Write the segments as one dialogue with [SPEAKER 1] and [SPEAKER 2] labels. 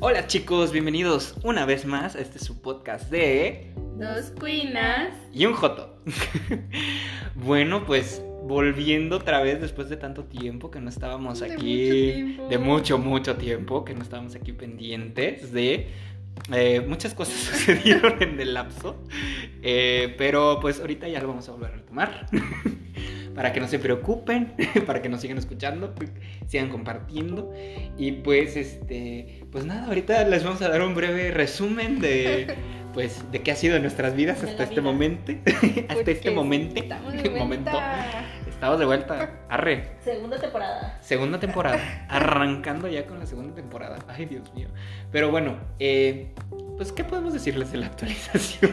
[SPEAKER 1] Hola chicos, bienvenidos una vez más a este su podcast de
[SPEAKER 2] Dos cuinas.
[SPEAKER 1] Y un Joto. bueno, pues volviendo otra vez después de tanto tiempo que no estábamos
[SPEAKER 2] De mucho
[SPEAKER 1] aquí,
[SPEAKER 2] tiempo.
[SPEAKER 1] de mucho, mucho tiempo que no estábamos aquí pendientes de... eh, muchas cosas sucedieron en el lapso, eh, pero pues ahorita ya lo vamos a volver a retomar. para que no se preocupen, para que nos sigan escuchando, sigan compartiendo. Y pues, este, pues nada, ahorita les vamos a dar un breve resumen de, pues, de qué ha sido en nuestras vidas
[SPEAKER 2] De la
[SPEAKER 1] hasta este
[SPEAKER 2] vida.
[SPEAKER 1] momento. hasta
[SPEAKER 2] Porque
[SPEAKER 1] este momento.
[SPEAKER 2] Estamos de vuelta.
[SPEAKER 1] momento. Estamos de vuelta. Arre.
[SPEAKER 2] Segunda temporada.
[SPEAKER 1] Segunda temporada. Arrancando ya con la segunda temporada. Ay, Dios mío. Pero bueno, eh, pues, ¿qué podemos decirles de la actualización?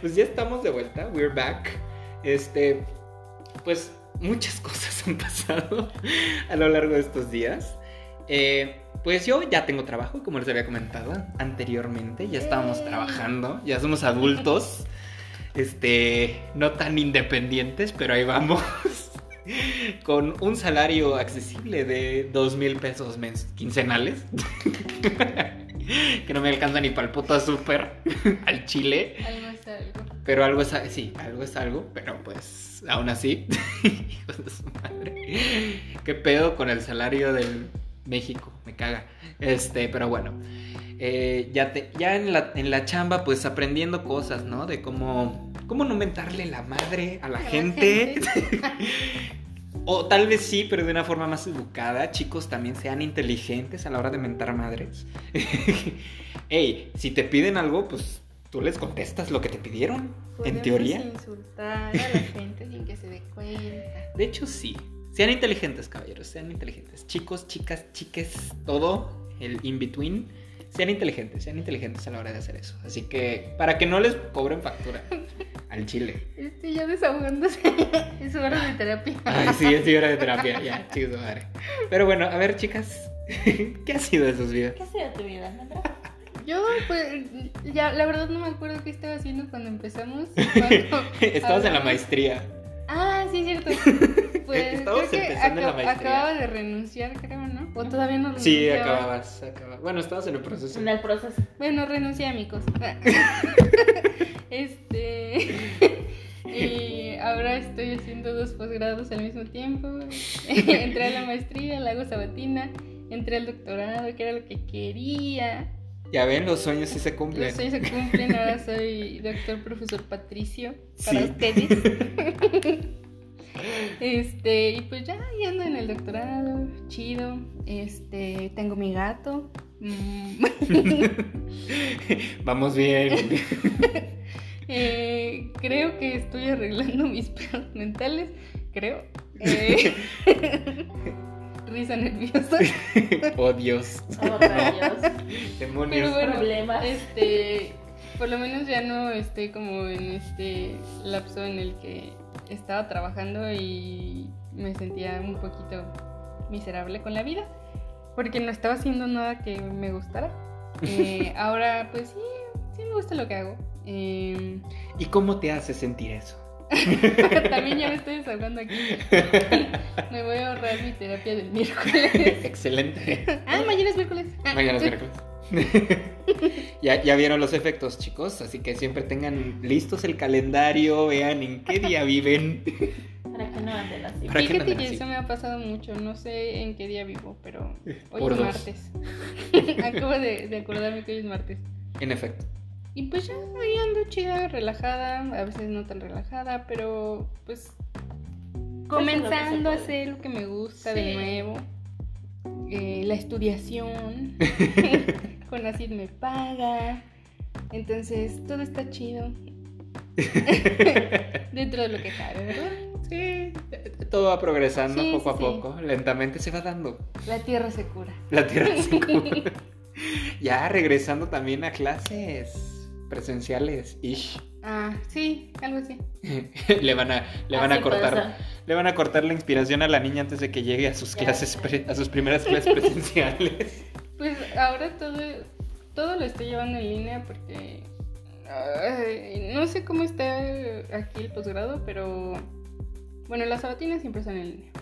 [SPEAKER 1] pues ya estamos de vuelta. We're back. Este, pues, muchas cosas han pasado a lo largo de estos días. Eh, pues yo ya tengo trabajo, como les había comentado anteriormente. Ya estábamos
[SPEAKER 2] Yay.
[SPEAKER 1] trabajando, ya somos adultos. Este, no tan independientes, pero ahí vamos. Con un salario accesible de dos mil pesos mens- quincenales. que no me alcanza ni para el puto súper al chile.
[SPEAKER 2] Algo es algo.
[SPEAKER 1] Pero algo es a- sí, algo es algo, pero pues aún así, hijos de su madre. ¿Qué pedo con el salario del México? Me caga. Este, pero bueno. eh, ya te- ya en, la, en la chamba, pues aprendiendo cosas, ¿no? De cómo, cómo no mentarle la madre a la
[SPEAKER 2] A la
[SPEAKER 1] gente. o tal vez sí, pero de una forma más educada. Chicos, también sean inteligentes a la hora de mentar madres. Ey, si te piden algo, pues tú les contestas lo que te pidieron, en
[SPEAKER 2] Podemos
[SPEAKER 1] teoría.
[SPEAKER 2] insultar a la gente sin que se dé cuenta.
[SPEAKER 1] De hecho, sí. Sean inteligentes, caballeros, sean inteligentes. Chicos, chicas, chiques, todo, el in-between. Sean inteligentes, sean inteligentes a la hora de hacer eso. Así que, para que no les cobren factura al chile.
[SPEAKER 2] Estoy ya desahogándose. es hora de terapia.
[SPEAKER 1] Ay, sí, es hora de terapia, ya, chicos, de madre. Pero bueno, a ver, chicas, ¿qué ha sido de sus vidas?
[SPEAKER 3] ¿Qué ha sido tu vida, Sandra?
[SPEAKER 2] Yo, pues, ya, la verdad no me acuerdo qué estaba haciendo cuando empezamos. cuando
[SPEAKER 1] Estabas en la
[SPEAKER 2] hablamos.
[SPEAKER 1] maestría.
[SPEAKER 2] Ah, sí, es cierto. Pues
[SPEAKER 1] Estábamos
[SPEAKER 2] creo que
[SPEAKER 1] empezando la
[SPEAKER 2] acab-
[SPEAKER 1] maestría.
[SPEAKER 2] acababa de renunciar, creo, ¿no? O todavía no
[SPEAKER 1] Sí,
[SPEAKER 2] renunciaba.
[SPEAKER 1] acababas, acababas. Bueno, estabas en el proceso.
[SPEAKER 3] En el proceso.
[SPEAKER 2] Bueno, renuncié a mi cosa. este. y ahora estoy haciendo dos posgrados al mismo tiempo. Entré a la maestría, la hago sabatina. Entré al doctorado, que era lo que quería.
[SPEAKER 1] Ya ven, los sueños sí se cumplen.
[SPEAKER 2] Los sueños se cumplen. Ahora soy doctor profesor Patricio para
[SPEAKER 1] Sí.
[SPEAKER 2] ustedes. Este, y pues ya, y ando en el doctorado, chido. Este, tengo mi gato. Mm.
[SPEAKER 1] Vamos bien.
[SPEAKER 2] Eh, creo que estoy arreglando mis pedos mentales, creo. Eh, risa nerviosa.
[SPEAKER 1] Oh, Dios.
[SPEAKER 3] Oh, rayos.
[SPEAKER 1] Demonios.
[SPEAKER 2] Pero bueno,
[SPEAKER 3] Problemas.
[SPEAKER 2] Este, por lo menos ya no estoy como en este lapso en el que estaba trabajando y me sentía un poquito miserable con la vida, porque no estaba haciendo nada que me gustara. Eh, ahora, pues sí, sí me gusta lo que hago. Em,
[SPEAKER 1] ¿Y cómo te hace sentir eso?
[SPEAKER 2] También ya me estoy desahogando aquí. Me voy a ahorrar mi terapia del miércoles.
[SPEAKER 1] Excelente.
[SPEAKER 2] Ah, mañana es miércoles. Ah,
[SPEAKER 1] Mañana es
[SPEAKER 2] sí.
[SPEAKER 1] miércoles. ya, ya vieron los efectos, chicos. Así que siempre tengan listos el calendario, vean en qué día viven.
[SPEAKER 3] Para que no anden así.
[SPEAKER 1] Para que no
[SPEAKER 2] Fíjate
[SPEAKER 1] anden
[SPEAKER 2] que
[SPEAKER 1] así.
[SPEAKER 2] eso me ha pasado mucho. No sé en qué día vivo, pero hoy
[SPEAKER 1] Por
[SPEAKER 2] es
[SPEAKER 1] dos.
[SPEAKER 2] martes. Acabo de, de acordarme que hoy es martes.
[SPEAKER 1] En efecto.
[SPEAKER 2] Y pues ya ahí ando chida, relajada. A veces no tan relajada, pero pues comenzando a hacer lo que me gusta de
[SPEAKER 3] Sí.
[SPEAKER 2] nuevo. Eh, la estudiación. Con así me paga. Entonces, todo está chido. Dentro de lo que cabe, ¿verdad?
[SPEAKER 1] Sí, todo va progresando
[SPEAKER 2] Sí,
[SPEAKER 1] poco a
[SPEAKER 2] sí, sí.
[SPEAKER 1] poco. Lentamente se va dando.
[SPEAKER 2] La tierra se cura.
[SPEAKER 1] La tierra se cubre. ya regresando también a clases presenciales. Ish.
[SPEAKER 2] Ah, sí, algo así.
[SPEAKER 1] le van a, le van a cortar. Le van a cortar la inspiración a la niña antes de que llegue a sus
[SPEAKER 3] Ya
[SPEAKER 1] clases,
[SPEAKER 3] sé.
[SPEAKER 1] pre- a sus primeras clases presenciales.
[SPEAKER 2] Pues ahora todo, todo lo estoy llevando en línea porque ay, no sé cómo está aquí el posgrado, pero bueno, las sabatinas siempre son en línea.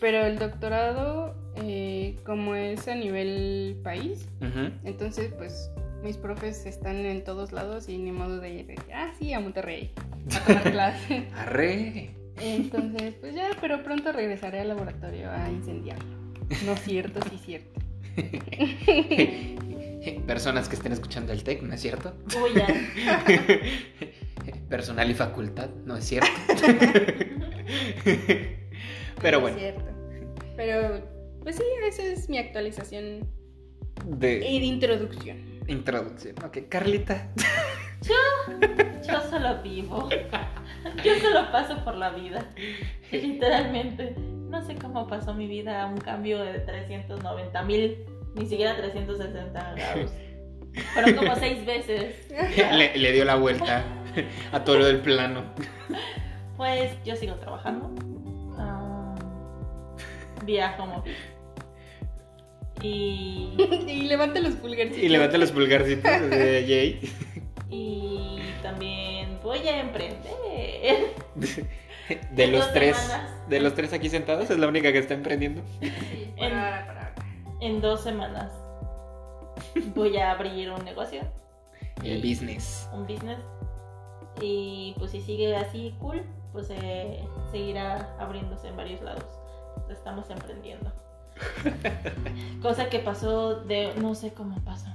[SPEAKER 2] Pero el doctorado, eh, como es a nivel país,
[SPEAKER 1] Ujú.
[SPEAKER 2] entonces pues mis profes están en todos lados y ni modo de ir, de que, ah, sí, a Monterrey, a tomar clase.
[SPEAKER 1] Arre.
[SPEAKER 2] Entonces, pues ya, pero pronto regresaré al laboratorio a incendiarlo. No es cierto, sí es cierto.
[SPEAKER 1] Personas que estén escuchando el TEC, ¿no es cierto?
[SPEAKER 3] Huyan.
[SPEAKER 1] Personal y facultad, ¿no es cierto? Pero
[SPEAKER 2] No es
[SPEAKER 1] bueno,
[SPEAKER 2] cierto. Pero, pues sí, esa es mi actualización
[SPEAKER 1] de
[SPEAKER 2] y de introducción.
[SPEAKER 1] introducción. Ok, Carlita.
[SPEAKER 3] Yo solo vivo. Yo solo paso por la vida. Literalmente. No sé cómo pasó mi vida a un cambio de 390 mil, ni siquiera 360 grados. Fueron como seis veces.
[SPEAKER 1] Le, le dio la vuelta a todo lo del plano.
[SPEAKER 3] Pues yo sigo trabajando. Ah, viajo móvil. Y,
[SPEAKER 2] y levanta los pulgarcitos.
[SPEAKER 1] Y levanta los pulgarcitos de Jay.
[SPEAKER 3] y también voy a emprender.
[SPEAKER 1] De los
[SPEAKER 3] Dos
[SPEAKER 1] tres.
[SPEAKER 3] semanas.
[SPEAKER 1] De los tres aquí sentados, es la única que está emprendiendo.
[SPEAKER 2] Sí,
[SPEAKER 3] en-
[SPEAKER 2] para, para, para.
[SPEAKER 3] En dos semanas voy a abrir un negocio,
[SPEAKER 1] El business.
[SPEAKER 3] un business. Y pues si sigue así cool, pues eh, seguirá abriéndose en varios lados. Estamos emprendiendo. Cosa que pasó de... No sé cómo pasó.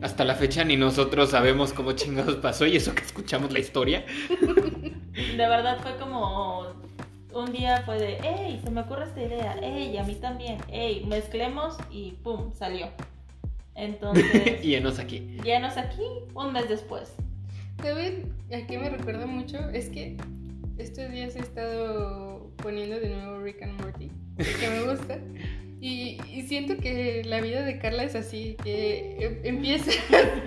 [SPEAKER 1] Hasta la fecha ni nosotros sabemos cómo chingados pasó y eso que escuchamos la historia.
[SPEAKER 3] De verdad fue como un día fue de, hey, se me ocurre esta idea, hey, a mí también, hey, mezclemos y pum, salió. Entonces,
[SPEAKER 1] Y enos aquí.
[SPEAKER 3] ya nos aquí un mes después.
[SPEAKER 2] ¿Sabes a qué me recuerda mucho? Es que estos días he estado poniendo de nuevo Rick and Morty, que me gusta. Y, y siento que la vida de Carla es así, que em- empiezas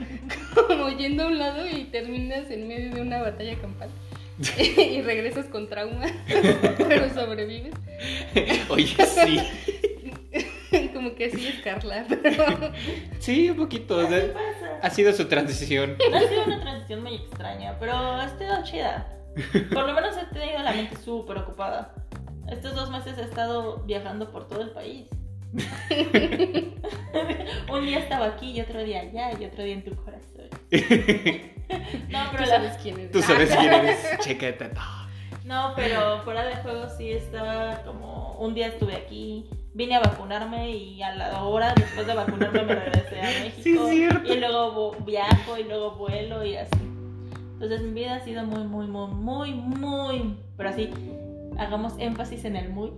[SPEAKER 2] como yendo a un lado y terminas en medio de una batalla campal. y regresas con trauma, pero sobrevives.
[SPEAKER 1] Oye, sí.
[SPEAKER 2] Como que así es Carla, pero
[SPEAKER 1] Sí, un poquito. o
[SPEAKER 3] Así
[SPEAKER 1] sea,
[SPEAKER 3] pasa.
[SPEAKER 1] ha sido su transición.
[SPEAKER 3] Ha sido una transición muy extraña, pero ha estado chida. Por lo menos he tenido la mente súper ocupada. Estos dos meses he estado viajando por todo el país. Un día estaba aquí y otro día allá y otro día en tu corazón. No, pero
[SPEAKER 2] tú
[SPEAKER 3] la,
[SPEAKER 2] sabes quién eres.
[SPEAKER 1] Tú sabes quién eres. Checa
[SPEAKER 3] No, pero fuera de juego sí estaba como un día estuve aquí, vine a vacunarme y a la hora después de vacunarme me regresé a México
[SPEAKER 1] Sí, cierto.
[SPEAKER 3] y luego vo- viajo y luego vuelo y así. Entonces mi vida ha sido muy muy muy muy muy, pero así hagamos énfasis en el muy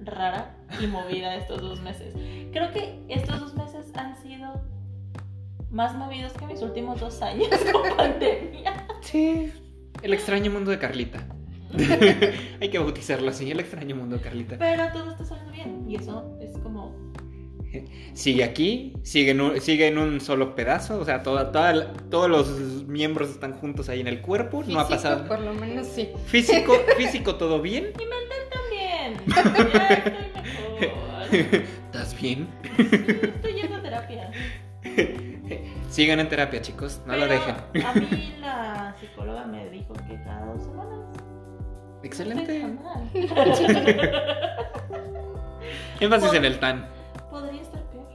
[SPEAKER 3] rara y movida estos dos meses. Creo que estos dos meses han sido más movidos que mis últimos dos años con pandemia.
[SPEAKER 1] Sí. El extraño mundo de Carlita. Hay que bautizarlo así, el extraño mundo de Carlita.
[SPEAKER 3] Pero todo está saliendo bien. Y eso es como.
[SPEAKER 1] Sigue aquí, sigue en un, sigue en un solo pedazo, o sea, toda, toda la- todos los miembros están juntos ahí en el cuerpo, no ha
[SPEAKER 2] Físico,
[SPEAKER 1] pasado.
[SPEAKER 2] Por lo menos sí.
[SPEAKER 1] Físico, físico todo bien.
[SPEAKER 3] También. Ya estoy mejor. Sí,
[SPEAKER 1] ¿Estás bien?
[SPEAKER 3] Estoy yendo a terapia.
[SPEAKER 1] Sigan en terapia, chicos, no lo
[SPEAKER 3] Pero
[SPEAKER 1] dejen.
[SPEAKER 3] A mí la psicóloga me dijo que cada dos semanas. No estoy
[SPEAKER 1] Excelente.
[SPEAKER 3] tan mal.
[SPEAKER 1] Énfasis en el tan.
[SPEAKER 3] Podría estar peor.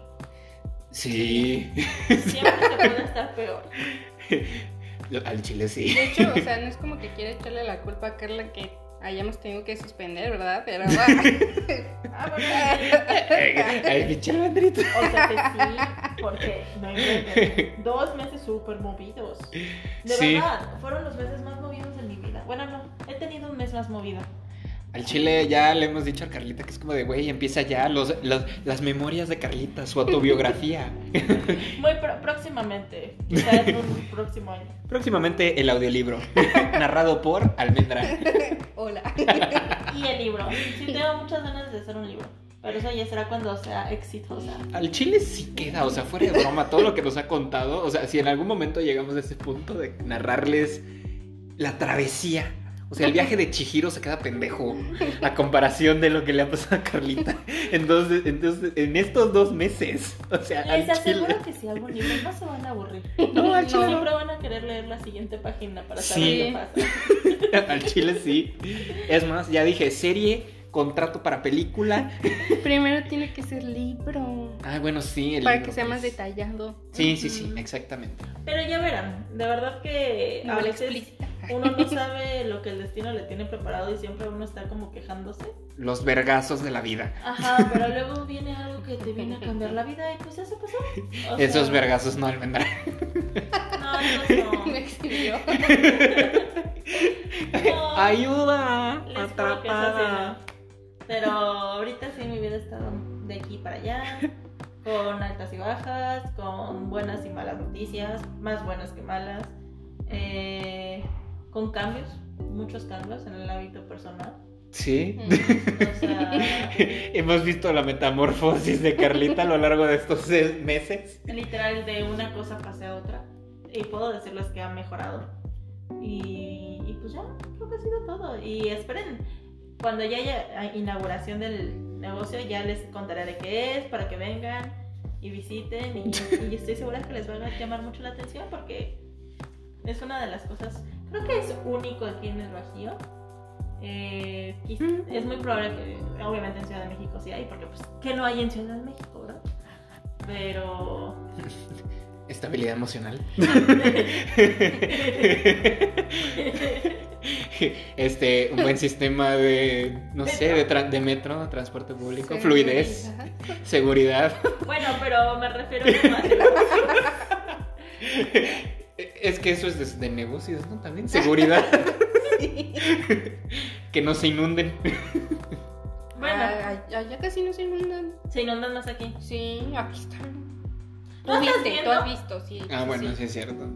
[SPEAKER 1] Sí.
[SPEAKER 3] Siempre se puede estar peor.
[SPEAKER 1] Al chile sí.
[SPEAKER 2] De hecho, o sea, no es como que quiera echarle la culpa a Carla que hayamos tenido que suspender, ¿verdad? Pero bueno.
[SPEAKER 3] Ah, bueno, sí.
[SPEAKER 1] Ay, pinche Alejandrito.
[SPEAKER 3] O sea que sí, porque no inventes, dos meses súper movidos. De
[SPEAKER 1] Sí.
[SPEAKER 3] verdad, fueron los meses más movidos de mi vida. Bueno, no, he tenido un mes más movido.
[SPEAKER 1] Al chile ya le hemos dicho a Carlita que es como de, güey, empieza ya los, los- las memorias de Carlita, su autobiografía.
[SPEAKER 3] Muy pro- próximamente, quizá en un próximo año.
[SPEAKER 1] Próximamente el audiolibro, narrado por Almendra.
[SPEAKER 2] Hola.
[SPEAKER 3] Y el libro. Sí, tengo muchas ganas de hacer un libro. Pero eso ya será cuando sea exitosa.
[SPEAKER 1] Al chile sí queda, o sea, fuera de broma, todo lo que nos ha contado, o sea, si en algún momento llegamos a ese punto de narrarles la travesía, o sea, el viaje de Chihiro se queda pendejo a comparación de lo que le ha pasado a Carlita. Entonces, entonces en estos dos meses, o sea, al
[SPEAKER 3] Les
[SPEAKER 1] chile.
[SPEAKER 3] aseguro que si hago un libro no se van a aburrir.
[SPEAKER 1] No, al chile no.
[SPEAKER 3] Siempre van a querer leer la siguiente página para saber
[SPEAKER 1] Sí.
[SPEAKER 3] qué pasa.
[SPEAKER 1] Al chile sí. Es más, ya dije, serie, contrato para película.
[SPEAKER 2] Primero tiene que ser libro.
[SPEAKER 1] Ah, bueno, sí. el
[SPEAKER 2] para
[SPEAKER 1] libro,
[SPEAKER 2] que sea más
[SPEAKER 1] pues.
[SPEAKER 2] detallado.
[SPEAKER 1] Sí, sí, sí,
[SPEAKER 2] Ujú.
[SPEAKER 1] exactamente.
[SPEAKER 3] Pero ya verán, de verdad que a
[SPEAKER 2] Novela
[SPEAKER 3] veces
[SPEAKER 2] explícita.
[SPEAKER 3] uno no sabe lo que el destino le tiene preparado y siempre uno está como quejándose.
[SPEAKER 1] Los vergazos de la vida.
[SPEAKER 3] Ajá, pero luego viene algo que te viene a cambiar la vida y pues eso pasó. O sea,
[SPEAKER 1] Esos vergazos no vendrán.
[SPEAKER 3] No, esos
[SPEAKER 2] Me exhibió.
[SPEAKER 3] no. no.
[SPEAKER 1] Ayuda,
[SPEAKER 3] Les juro que eso
[SPEAKER 1] atrapada.
[SPEAKER 3] sí, no. Pero ahorita sí mi vida ha estado de aquí para allá, con altas y bajas, con buenas y malas noticias, más buenas que malas, eh, con cambios, muchos cambios en el hábito personal.
[SPEAKER 1] Sí.
[SPEAKER 2] Mm.
[SPEAKER 3] O sea,
[SPEAKER 1] Hemos visto la metamorfosis de Carlita a lo largo de estos seis meses.
[SPEAKER 3] literal de una cosa pasé a otra y puedo decirles que ha mejorado y, y pues ya creo que ha sido todo y esperen cuando ya haya inauguración del negocio ya les contaré de qué es para que vengan y visiten y, y estoy segura que les va a llamar mucho la atención porque es una de las cosas creo que es único aquí en el Bajío Eh, quiz-
[SPEAKER 2] Mm.
[SPEAKER 3] es muy probable que obviamente en Ciudad de México sí hay porque pues que no hay en Ciudad de México ¿verdad? pero
[SPEAKER 1] Estabilidad emocional. este, un buen sistema de, no sé, de, tra- de metro, transporte público,
[SPEAKER 2] Sí,
[SPEAKER 1] fluidez,
[SPEAKER 2] ajá.
[SPEAKER 1] seguridad.
[SPEAKER 3] Bueno, pero me refiero como a que
[SPEAKER 1] Es que eso es de, de negocios, ¿no? También seguridad. que no se inunden.
[SPEAKER 3] Bueno,
[SPEAKER 2] Ah, allá casi no se inundan.
[SPEAKER 3] se inundan más aquí.
[SPEAKER 2] Sí, aquí están.
[SPEAKER 3] ¿No
[SPEAKER 2] Tú
[SPEAKER 3] estás
[SPEAKER 2] viste, tú
[SPEAKER 3] viendo?
[SPEAKER 2] has visto, sí.
[SPEAKER 1] Ah,
[SPEAKER 2] sí,
[SPEAKER 1] bueno,
[SPEAKER 2] sí.
[SPEAKER 1] sí es cierto.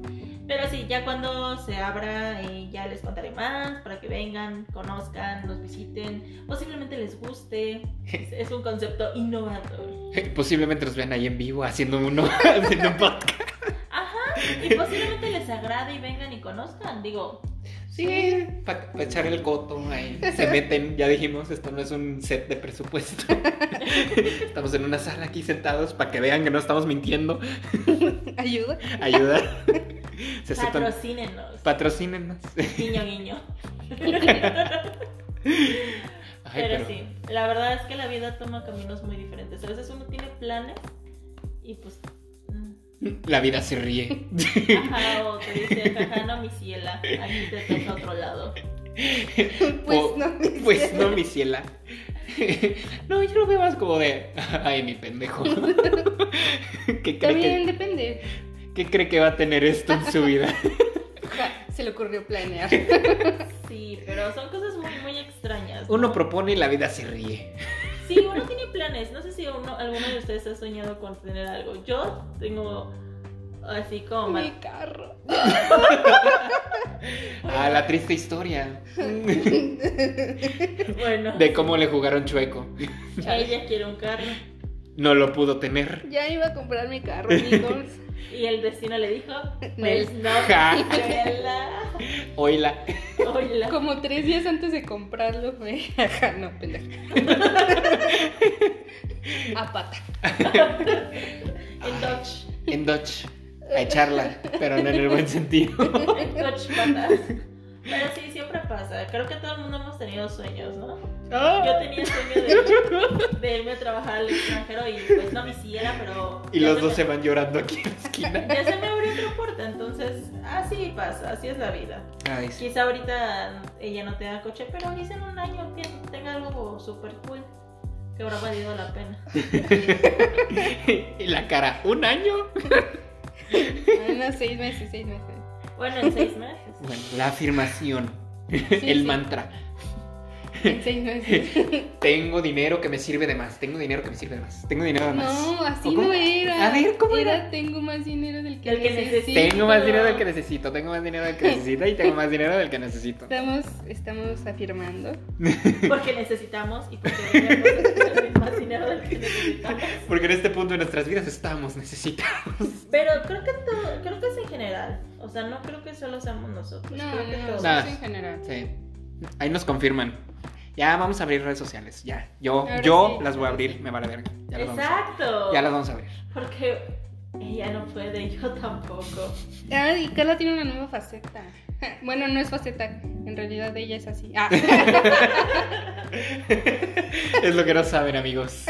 [SPEAKER 3] Pero sí, ya cuando se abra eh, ya les contaré más para que vengan, conozcan, nos visiten, posiblemente les guste. Es, es un concepto innovador.
[SPEAKER 1] Posiblemente los vean ahí en vivo haciendo uno, haciendo un podcast.
[SPEAKER 3] Ajá, y posiblemente les agrade y vengan y conozcan. Digo,
[SPEAKER 2] Sí.
[SPEAKER 1] Para echar el coto ahí. Se meten, ya dijimos, esto no es un set de presupuesto. estamos en una sala aquí sentados para que vean que no estamos mintiendo.
[SPEAKER 2] Ayuda.
[SPEAKER 1] Ayuda. Se aceptan.
[SPEAKER 3] patrocínenos.
[SPEAKER 1] Patrocínenos.
[SPEAKER 3] Guiño, guiño.
[SPEAKER 1] Ay,
[SPEAKER 3] Pero, sí, la verdad es que la vida toma caminos muy diferentes. A veces uno tiene planes y pues. mm,
[SPEAKER 1] La vida se ríe.
[SPEAKER 3] Ajá, o te dice, jaja, no, mi ciela, aquí te toca otro lado.
[SPEAKER 2] Pues
[SPEAKER 1] O-
[SPEAKER 2] no. me
[SPEAKER 1] Pues
[SPEAKER 2] hicieron.
[SPEAKER 1] no, mi ciela. No, yo lo veo más como de. Ay, mi pendejo. ¿Qué cree,
[SPEAKER 2] También
[SPEAKER 1] que,
[SPEAKER 2] depende.
[SPEAKER 1] qué cree que va a tener esto en su vida?
[SPEAKER 2] Ja, Se le ocurrió planear.
[SPEAKER 3] Sí, pero son cosas muy, muy extrañas. ¿no?
[SPEAKER 1] Uno propone y la vida se ríe.
[SPEAKER 3] Sí, uno tiene planes. No sé si uno, alguno de ustedes ha soñado con tener algo. Yo tengo así como...
[SPEAKER 2] Mi
[SPEAKER 3] ma-
[SPEAKER 2] carro.
[SPEAKER 1] Ah, la triste historia
[SPEAKER 3] Bueno,
[SPEAKER 1] de cómo le jugaron chueco.
[SPEAKER 3] ella quiere un carro.
[SPEAKER 1] No lo pudo tener.
[SPEAKER 2] Ya iba a comprar mi carro, amigos.
[SPEAKER 3] Y el vecino le dijo, pues
[SPEAKER 2] Nel.
[SPEAKER 3] no,
[SPEAKER 1] Ja.
[SPEAKER 3] ciela.
[SPEAKER 1] Oila.
[SPEAKER 3] Hola.
[SPEAKER 2] Como tres días antes de comprarlo, fue. Ajá, no, pendejo. A pata.
[SPEAKER 3] En Dodge.
[SPEAKER 1] En Dodge. A echarla, pero no en el buen sentido.
[SPEAKER 3] En Dodge patas. Pero sí, siempre pasa. Creo que todo el mundo hemos tenido sueños, ¿no? Yo tenía el sueño de, de irme a trabajar al extranjero y pues no me hiciera, pero.
[SPEAKER 1] Y
[SPEAKER 3] ya
[SPEAKER 1] los
[SPEAKER 3] se
[SPEAKER 1] dos se
[SPEAKER 3] me-
[SPEAKER 1] van llorando aquí en la esquina.
[SPEAKER 3] Ya se me abrió otra puerta, entonces así pasa, así es la vida.
[SPEAKER 1] Ay, sí.
[SPEAKER 3] Quizá ahorita ella no tenga coche, pero quizá en un año que tenga algo super cool que habrá valido la pena.
[SPEAKER 1] Y la cara, ¿un año?
[SPEAKER 2] Unos Ah, seis meses, seis meses.
[SPEAKER 3] Bueno, en seis meses.
[SPEAKER 1] Bueno, la afirmación.
[SPEAKER 2] Sí,
[SPEAKER 1] el
[SPEAKER 2] sí,
[SPEAKER 1] mantra.
[SPEAKER 2] En seis meses.
[SPEAKER 1] Tengo dinero que me sirve de más. Tengo dinero que me sirve de más. Tengo dinero de más.
[SPEAKER 2] No, así
[SPEAKER 1] ¿O cómo?
[SPEAKER 2] no era.
[SPEAKER 1] A ver, ¿cómo era?
[SPEAKER 2] Tengo más dinero del que,
[SPEAKER 3] Del que
[SPEAKER 2] necesito.
[SPEAKER 1] Tengo más dinero del que necesito. Tengo más dinero del que necesito y tengo más dinero del que necesito.
[SPEAKER 2] Estamos, estamos afirmando.
[SPEAKER 3] Pues Porque necesitamos y porque tenemos más dinero del que necesitamos.
[SPEAKER 1] Porque en este punto de nuestras vidas estamos necesitando.
[SPEAKER 3] Pero creo que todo, creo que es en general. O sea, no creo que solo seamos nosotros.
[SPEAKER 2] No,
[SPEAKER 3] creo que
[SPEAKER 2] no, no,
[SPEAKER 3] todos.
[SPEAKER 1] Nah.
[SPEAKER 2] eso es en general.
[SPEAKER 1] Sí. Ahí nos confirman. Ya vamos a abrir redes sociales. Ya. Yo,
[SPEAKER 2] Ahora
[SPEAKER 1] yo
[SPEAKER 2] sí,
[SPEAKER 1] las voy a
[SPEAKER 2] ahora
[SPEAKER 1] abrir.
[SPEAKER 2] sí.
[SPEAKER 1] Me vale verga. Ya las vamos a-
[SPEAKER 3] Exacto.
[SPEAKER 1] ya las vamos a abrir.
[SPEAKER 3] Porque Ella no puede, yo tampoco.
[SPEAKER 2] Ay, Carla tiene una nueva faceta. Bueno, no es faceta, en realidad ella es así. Ah.
[SPEAKER 1] Es lo que no saben, amigos.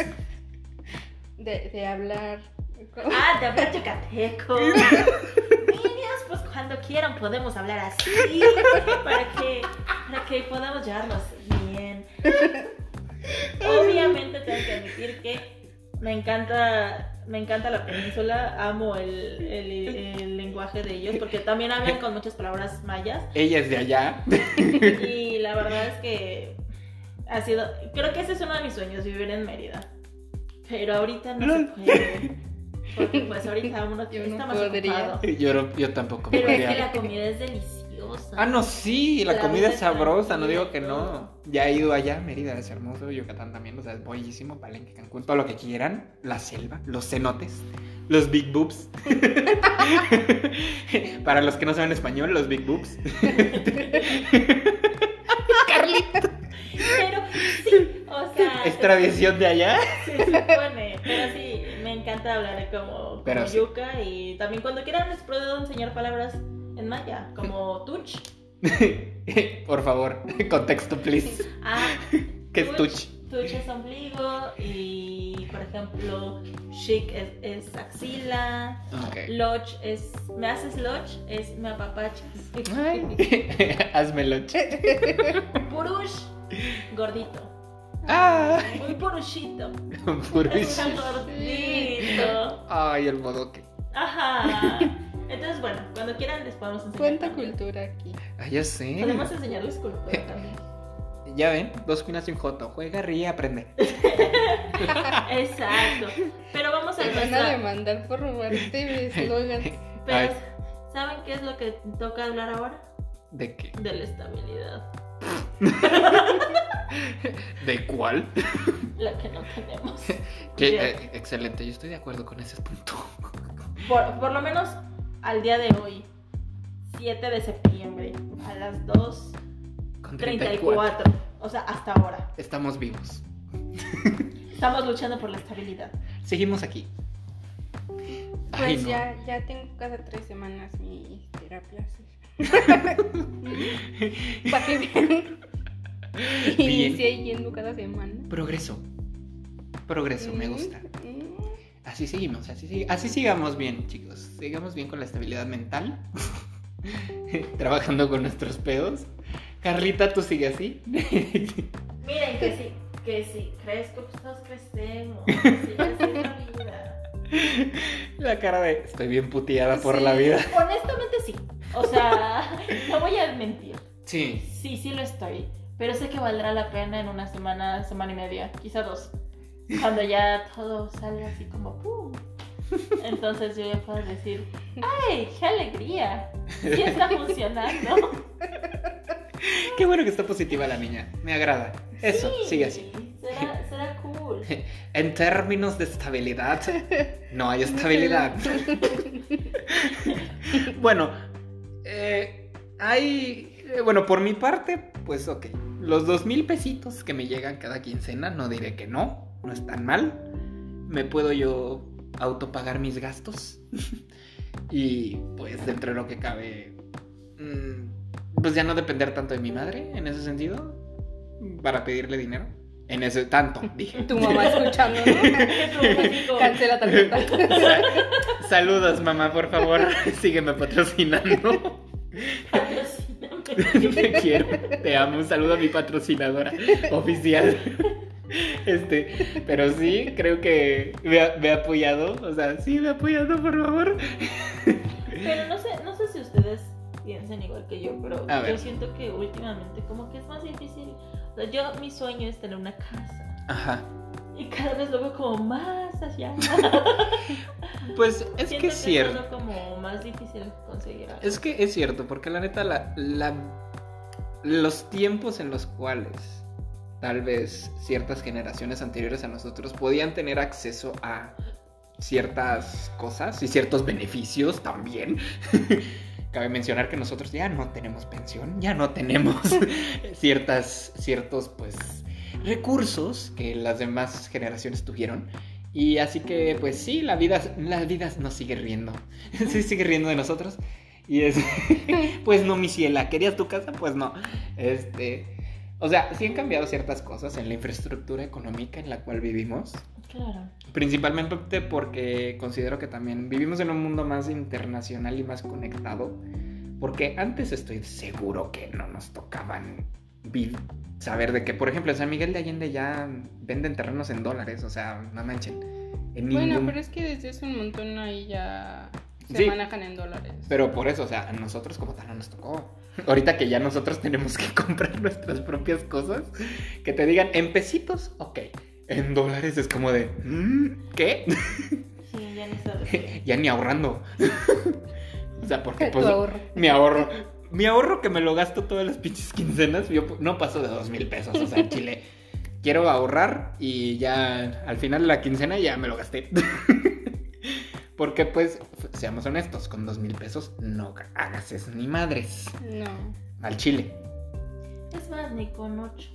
[SPEAKER 2] De, de hablar. con-
[SPEAKER 3] Ah, te habla yucateco. Niños, pues cuando quieran podemos hablar así. Para que, para que podamos llevarnos bien. Obviamente tengo que admitir que me encanta, me encanta la península. Amo el, el- el lenguaje de ellos porque también hablan con muchas palabras mayas.
[SPEAKER 1] Ella es de allá.
[SPEAKER 3] Y la verdad es que ha sido. Creo que ese es uno de mis sueños, vivir en Mérida. Pero ahorita no se
[SPEAKER 1] Lol.
[SPEAKER 3] puede. Porque pues ahorita uno
[SPEAKER 2] Yo
[SPEAKER 3] tiene está
[SPEAKER 2] no
[SPEAKER 3] más
[SPEAKER 2] podría.
[SPEAKER 3] ocupado.
[SPEAKER 1] Yo, no- yo tampoco
[SPEAKER 3] Pero es que
[SPEAKER 1] podría.
[SPEAKER 3] la comida es deliciosa.
[SPEAKER 1] Ah, no, sí, la
[SPEAKER 3] La
[SPEAKER 1] comida es
[SPEAKER 3] verdad está
[SPEAKER 1] sabrosa, no
[SPEAKER 3] muy
[SPEAKER 1] digo que
[SPEAKER 3] rico.
[SPEAKER 1] no. Ya he ido allá, Mérida es hermoso, Yucatán también, o sea, es bellísimo, Palenque, Cancún, todo lo que quieran, la selva, los cenotes, los big boobs. Para los que no saben español, los big boobs.
[SPEAKER 3] Pero sí, o sea.
[SPEAKER 1] Es tradición de allá.
[SPEAKER 3] Se supone. Pero sí, me encanta hablar como,
[SPEAKER 1] Pero
[SPEAKER 3] como
[SPEAKER 1] sí.
[SPEAKER 3] yuca. Y también cuando quieran les puedo enseñar palabras en maya, como tuch.
[SPEAKER 1] Por favor, contexto, please.
[SPEAKER 3] Ah,
[SPEAKER 1] ¿Qué es tuch?
[SPEAKER 3] Tuch es ombligo y, por ejemplo, chic es, es axila,
[SPEAKER 1] Ok.
[SPEAKER 3] lodge es, me haces lodge, es me apapachas.
[SPEAKER 1] Ay, Házmelo.
[SPEAKER 3] Purush, gordito.
[SPEAKER 1] Ah.
[SPEAKER 3] Un purushito. Es
[SPEAKER 1] Purush.
[SPEAKER 3] un gordito.
[SPEAKER 1] Ay, el bodoque.
[SPEAKER 3] Ajá. Entonces, bueno, cuando quieran les podemos enseñar.
[SPEAKER 2] Cuánta
[SPEAKER 3] también.
[SPEAKER 2] cultura aquí.
[SPEAKER 1] Ay, ya sé.
[SPEAKER 3] Podemos enseñarles cultura también.
[SPEAKER 1] Ya ven, dos cuinas y un joto. Juega, ríe, aprende.
[SPEAKER 3] Exacto. Pero vamos a
[SPEAKER 2] Te van a
[SPEAKER 3] nuestra...
[SPEAKER 2] demandar por robarte eslogans.
[SPEAKER 3] Pero,
[SPEAKER 1] Ay.
[SPEAKER 3] ¿saben qué es lo que toca hablar ahora?
[SPEAKER 1] ¿De qué?
[SPEAKER 3] De la estabilidad.
[SPEAKER 1] ¿De cuál?
[SPEAKER 3] la que no tenemos.
[SPEAKER 1] Que,
[SPEAKER 3] Bien.
[SPEAKER 1] eh, excelente, yo estoy de acuerdo con ese punto.
[SPEAKER 3] Por, por lo menos al día de hoy, 7 de septiembre, a las
[SPEAKER 1] Con 34.
[SPEAKER 3] 2.34. O sea, hasta ahora.
[SPEAKER 1] Estamos vivos.
[SPEAKER 3] Estamos luchando por la estabilidad.
[SPEAKER 1] Seguimos aquí. Ay,
[SPEAKER 2] Pues
[SPEAKER 1] no.
[SPEAKER 2] ya, ya tengo cada tres semanas mis terapias. Para que vean.
[SPEAKER 1] Bien.
[SPEAKER 2] Y sigue yendo cada semana.
[SPEAKER 1] Progreso. Progreso, me
[SPEAKER 2] Mm,
[SPEAKER 1] gusta.
[SPEAKER 2] mm.
[SPEAKER 1] Así seguimos, así, sig- así sigamos bien, chicos. Sigamos bien con la estabilidad mental. Trabajando con nuestros pedos. Carlita, tú sigue así.
[SPEAKER 3] Miren que sí, que sí, crezco, pues todos crecemos. Sí, así es la vida.
[SPEAKER 1] la cara de estoy bien puteada por la vida.
[SPEAKER 3] Honestamente sí. O sea, no voy a mentir.
[SPEAKER 1] Sí.
[SPEAKER 3] Sí, sí lo estoy. Pero sé que valdrá la pena en una semana, semana y media, quizá dos. Cuando ya todo salga así como ¡pum! Entonces yo ya puedo decir, ¡ay, qué alegría! Sí está funcionando.
[SPEAKER 1] Qué bueno que está positiva la niña. Me agrada. Eso,
[SPEAKER 3] Sí,
[SPEAKER 1] sigue así.
[SPEAKER 3] Será, será cool.
[SPEAKER 1] En términos de estabilidad, no hay estabilidad. bueno, eh, hay. eh, Bueno, por mi parte, pues ok. Los dos mil pesitos que me llegan cada quincena, no diré que no, no es tan mal. Me puedo yo autopagar mis gastos. y pues dentro de lo que cabe, mm, pues ya no depender tanto de mi madre en ese sentido, para pedirle dinero. En ese tanto, dije.
[SPEAKER 2] Tu mamá escuchando, ¿no? Cancela tarjeta.
[SPEAKER 1] Saludos, mamá, por favor. Sígueme patrocinando. Te quiero, te amo. Un saludo a mi patrocinadora oficial. Este, pero sí, creo que me ha, me ha apoyado. O sea, sí, me ha apoyado, por favor.
[SPEAKER 3] Pero no sé, no sé si ustedes piensan igual que yo, pero
[SPEAKER 1] A
[SPEAKER 3] yo
[SPEAKER 1] ver.
[SPEAKER 3] siento que últimamente como que es más difícil. O sea, yo mi sueño es tener una casa.
[SPEAKER 1] Ajá.
[SPEAKER 3] Y cada vez lo veo como más hacia allá.
[SPEAKER 1] Pues es
[SPEAKER 3] Siento
[SPEAKER 1] que es cierto.
[SPEAKER 3] todo como más difícil conseguir algo.
[SPEAKER 1] Es que es cierto, porque la neta, la, la- los tiempos en los cuales tal vez ciertas generaciones anteriores a nosotros podían tener acceso a ciertas cosas y ciertos beneficios también. Cabe mencionar que nosotros ya no tenemos pensión, ya no tenemos ciertas, ciertos pues recursos que las demás generaciones tuvieron. Y así que, pues sí, la vida, la vida nos sigue riendo. Sí, sigue riendo de nosotros. Y es, pues no, mi ciela, ¿querías tu casa? Pues no. Este, o sea, sí han cambiado ciertas cosas en la infraestructura económica en la cual vivimos.
[SPEAKER 3] Claro.
[SPEAKER 1] Principalmente porque considero que también vivimos en un mundo más internacional y más conectado. Porque antes estoy seguro que no nos tocaban vi- saber de que, por ejemplo, en San Miguel de Allende ya venden terrenos en dólares, o sea, no manchen. En
[SPEAKER 2] Bueno,
[SPEAKER 1] ningún-
[SPEAKER 2] pero es que desde hace un montón ahí ya se
[SPEAKER 1] Sí.
[SPEAKER 2] manejan en dólares.
[SPEAKER 1] Pero por eso, o sea, a nosotros como tal no nos tocó. Ahorita que ya nosotros tenemos que comprar nuestras propias cosas, que te digan en pesitos, ok. En dólares es como de, "Mm, ¿qué?
[SPEAKER 3] Sí, ya ni sabes.
[SPEAKER 1] ya ni ahorrando. o sea, porque
[SPEAKER 2] tu
[SPEAKER 1] pues
[SPEAKER 2] ahorro.
[SPEAKER 1] mi ahorro, mi ahorro que me lo gasto todas las pinches quincenas, yo pu- no paso de dos mil pesos, o sea, en Chile. Quiero ahorrar y ya al final de la quincena ya me lo gasté. Porque pues, f- seamos honestos, con dos mil pesos no ga- hagas eso ni madres
[SPEAKER 2] No.
[SPEAKER 1] al Chile.
[SPEAKER 3] Es más, ni con ocho.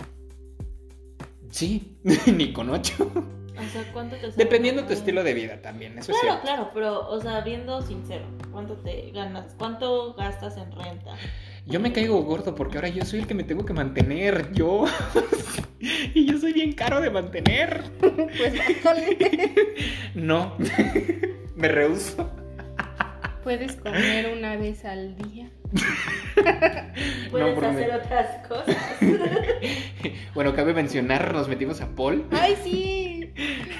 [SPEAKER 1] Sí, ni con ocho.
[SPEAKER 3] O sea, ¿cuánto te sale?
[SPEAKER 1] Dependiendo tu estilo de vida también, eso es
[SPEAKER 3] Claro,
[SPEAKER 1] cierto.
[SPEAKER 3] claro, pero, o sea, viendo sincero, ¿cuánto te ganas? ¿Cuánto gastas en renta?
[SPEAKER 1] Yo me caigo gordo porque ahora yo soy el que me tengo que mantener, yo. y yo soy bien caro de mantener.
[SPEAKER 2] Pues bájale.
[SPEAKER 1] No, me rehuso.
[SPEAKER 2] Puedes comer una vez al día.
[SPEAKER 3] Puedes
[SPEAKER 1] porque me-
[SPEAKER 3] hacer otras cosas.
[SPEAKER 1] Bueno, cabe mencionar, nos metimos a Paul
[SPEAKER 2] ¡Ay, sí!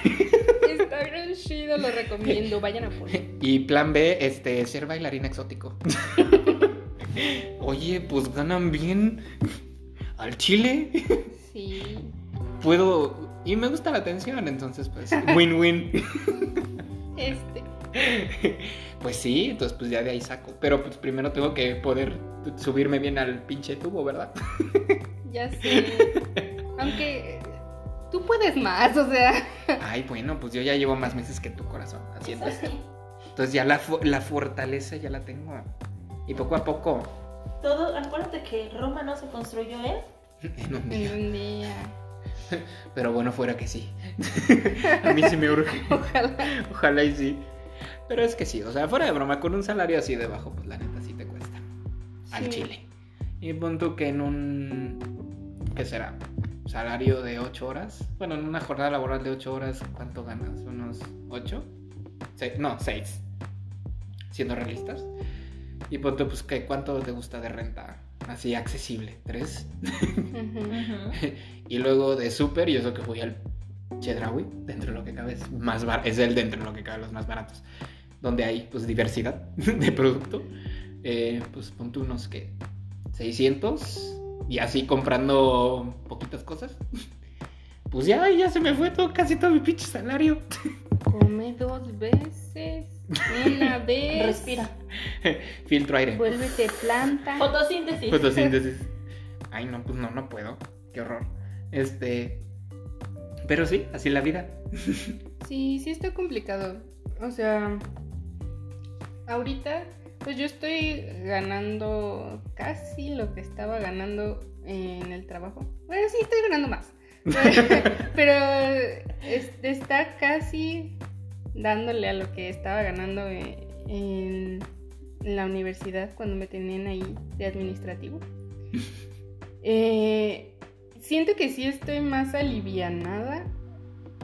[SPEAKER 2] Está gran chido, lo recomiendo. Vayan a por él.
[SPEAKER 1] y plan B, este, ser bailarín exótico. Oye, pues ganan bien al chile.
[SPEAKER 2] Sí.
[SPEAKER 1] Puedo... Y me gusta la atención, entonces pues win-win.
[SPEAKER 2] Este.
[SPEAKER 1] Pues sí, entonces pues ya de ahí saco. Pero pues primero tengo que poder subirme bien al pinche tubo, ¿verdad?
[SPEAKER 2] Ya sé. Aunque. eh, Tú puedes más, o sea.
[SPEAKER 1] Ay, bueno, pues yo ya llevo más meses que tu corazón haciendo
[SPEAKER 3] Eso
[SPEAKER 1] esto.
[SPEAKER 3] sí.
[SPEAKER 1] Entonces ya la, fu- la fortaleza ya la tengo. Y poco a poco,
[SPEAKER 3] Todo, acuérdate que Roma no se construyó, ¿eh?
[SPEAKER 1] en un día.
[SPEAKER 2] En un día.
[SPEAKER 1] Pero bueno, fuera que sí. a mí sí me urge.
[SPEAKER 2] Ojalá.
[SPEAKER 1] Ojalá y sí. Pero es que sí, o sea, fuera de broma, con un salario así de bajo, pues la neta sí te cuesta. Al
[SPEAKER 2] Sí.
[SPEAKER 1] chile. Y pon tú que en un. ¿Qué será? Salario de 8 horas. Bueno, en una jornada laboral de 8 horas, ¿cuánto ganas? ¿Unos 8? no, 6. Siendo realistas. Y pon tú, pues, que ¿cuánto te gusta de renta? Así accesible. ¿Tres?
[SPEAKER 2] Ujú.
[SPEAKER 1] Y luego de Super, y eso que fui al Chedraui, dentro de lo que cabe, es, más bar- es el dentro de lo que cabe, los más baratos. Donde hay pues diversidad de producto. Eh, pues ponte unos que 600 y así comprando poquitas cosas. Pues ya, ya se me fue todo, casi todo mi pinche salario.
[SPEAKER 2] Come dos veces. Una vez.
[SPEAKER 3] Respira.
[SPEAKER 1] Filtro aire.
[SPEAKER 2] Vuélvete planta.
[SPEAKER 3] Fotosíntesis.
[SPEAKER 1] Fotosíntesis. Ay, no, pues no, no puedo. Qué horror. Este. Pero sí, así la vida.
[SPEAKER 2] Sí, sí está complicado. O sea, ahorita, pues yo estoy ganando casi lo que estaba ganando en el trabajo. Bueno, sí, estoy ganando más. Pero es- está casi dándole a lo que estaba ganando e- en la universidad cuando me tenían ahí de administrativo. Eh, siento que sí estoy más alivianada,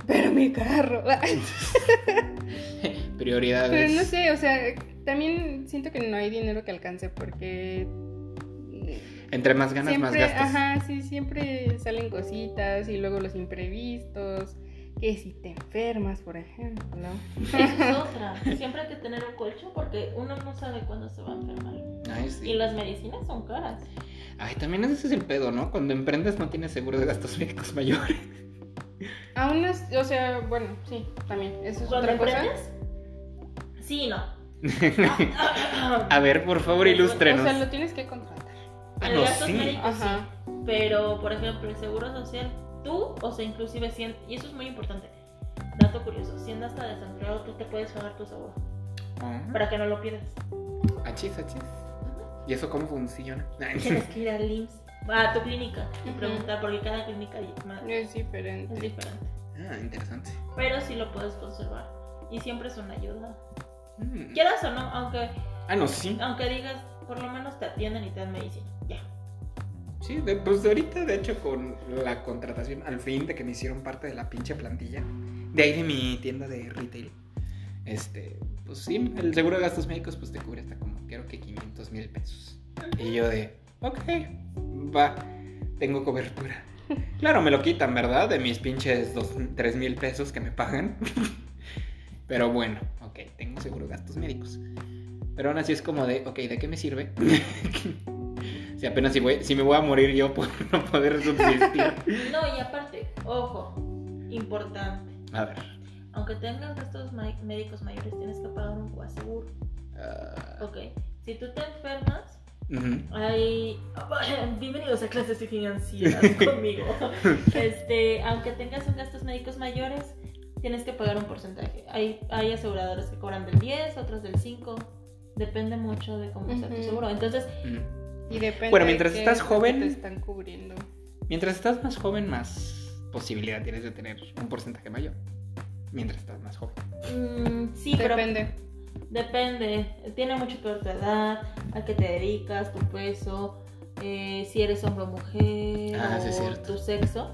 [SPEAKER 2] pero mi carro.
[SPEAKER 1] Prioridades.
[SPEAKER 2] Pero no sé, o sea, también siento que no hay dinero que alcance porque
[SPEAKER 1] Entre más ganas, más
[SPEAKER 2] siempre,
[SPEAKER 1] gastas.
[SPEAKER 2] ajá, sí, siempre salen cositas y luego los imprevistos, que si te enfermas, por ejemplo.
[SPEAKER 3] Eso es otra. Siempre hay que tener un colchón porque uno no sabe cuándo se va a enfermar.
[SPEAKER 1] Ay,
[SPEAKER 3] Y
[SPEAKER 1] sí.
[SPEAKER 3] las medicinas son caras.
[SPEAKER 1] Ay, también ese es el pedo, ¿no? Cuando emprendes no tienes seguro de gastos médicos mayores.
[SPEAKER 2] Aún no, es- o sea, bueno, sí, también, eso es
[SPEAKER 3] ¿Cuándo
[SPEAKER 2] otra cosa.
[SPEAKER 3] emprendes? Sí, y no.
[SPEAKER 1] A ver, por favor, ilústrenos.
[SPEAKER 2] O sea, lo tienes que contratar.
[SPEAKER 1] Ah,
[SPEAKER 3] el
[SPEAKER 1] no,
[SPEAKER 3] gastos
[SPEAKER 1] sí.
[SPEAKER 3] médicos, sí.
[SPEAKER 2] Ajá.
[SPEAKER 3] Pero, por ejemplo, el seguro social, tú, o sea, inclusive 100, y eso es muy importante. Dato curioso, si andas a desempleado, tú te puedes pagar tu seguro
[SPEAKER 1] Ah,
[SPEAKER 3] para que no lo pierdas.
[SPEAKER 1] Achis, achis. ¿Y eso cómo funciona? Ah,
[SPEAKER 3] Tienes que ir al IMSS, a tu clínica y
[SPEAKER 2] Ujú.
[SPEAKER 3] preguntar, porque cada clínica es ma-
[SPEAKER 2] Es
[SPEAKER 3] es
[SPEAKER 2] diferente.
[SPEAKER 3] diferente.
[SPEAKER 1] Ah, interesante.
[SPEAKER 3] Pero sí lo puedes conservar. Y siempre es una ayuda.
[SPEAKER 1] Mm.
[SPEAKER 3] Quieras o no, aunque,
[SPEAKER 1] Ah, no, sí.
[SPEAKER 3] aunque digas, por lo menos te atienden y te dan medicina. Ya.
[SPEAKER 1] Sí, de- pues ahorita, de hecho, con la contratación, al fin de que me hicieron parte de la pinche plantilla, de ahí de mi tienda de retail, este, pues sí, el seguro de gastos médicos, pues te cubre hasta como, creo que 500 mil pesos. Y yo de, ok, va, tengo cobertura. Claro, me lo quitan, ¿verdad? De mis pinches 3 mil pesos que me pagan. Pero bueno, ok, tengo seguro de gastos médicos. Pero aún así es como de, ok, ¿de qué me sirve? Si apenas si, voy- si me voy a morir yo por no poder subsistir.
[SPEAKER 3] No, y aparte, ojo, importante.
[SPEAKER 1] A ver.
[SPEAKER 3] Aunque tengas gastos ma- médicos mayores, tienes que pagar un coaseguro.
[SPEAKER 1] ah,
[SPEAKER 3] Ok. Si tú te enfermas,
[SPEAKER 1] ujú.
[SPEAKER 3] hay. Bienvenidos a clases de financieras conmigo. Este, aunque tengas gastos médicos mayores, tienes que pagar un porcentaje. Hay, hay aseguradores que cobran del 10, otros del 5. Depende mucho de cómo sea tu
[SPEAKER 2] Ujú.
[SPEAKER 3] seguro. Entonces,
[SPEAKER 1] Mm.
[SPEAKER 2] Y depende
[SPEAKER 1] Bueno,
[SPEAKER 2] de
[SPEAKER 1] mientras
[SPEAKER 2] qué
[SPEAKER 1] estás
[SPEAKER 2] es lo que
[SPEAKER 1] joven-
[SPEAKER 2] Te están cubriendo.
[SPEAKER 1] Mientras estás más joven, más posibilidad tienes de tener un porcentaje mayor. Mientras estás más joven.
[SPEAKER 3] mm, sí, pero
[SPEAKER 2] Depende.
[SPEAKER 3] Depende, tiene mucho que ver tu edad, a qué te dedicas, tu peso, eh, si eres hombre o mujer,
[SPEAKER 1] Ah, sí, es
[SPEAKER 3] o
[SPEAKER 1] cierto.
[SPEAKER 3] tu sexo,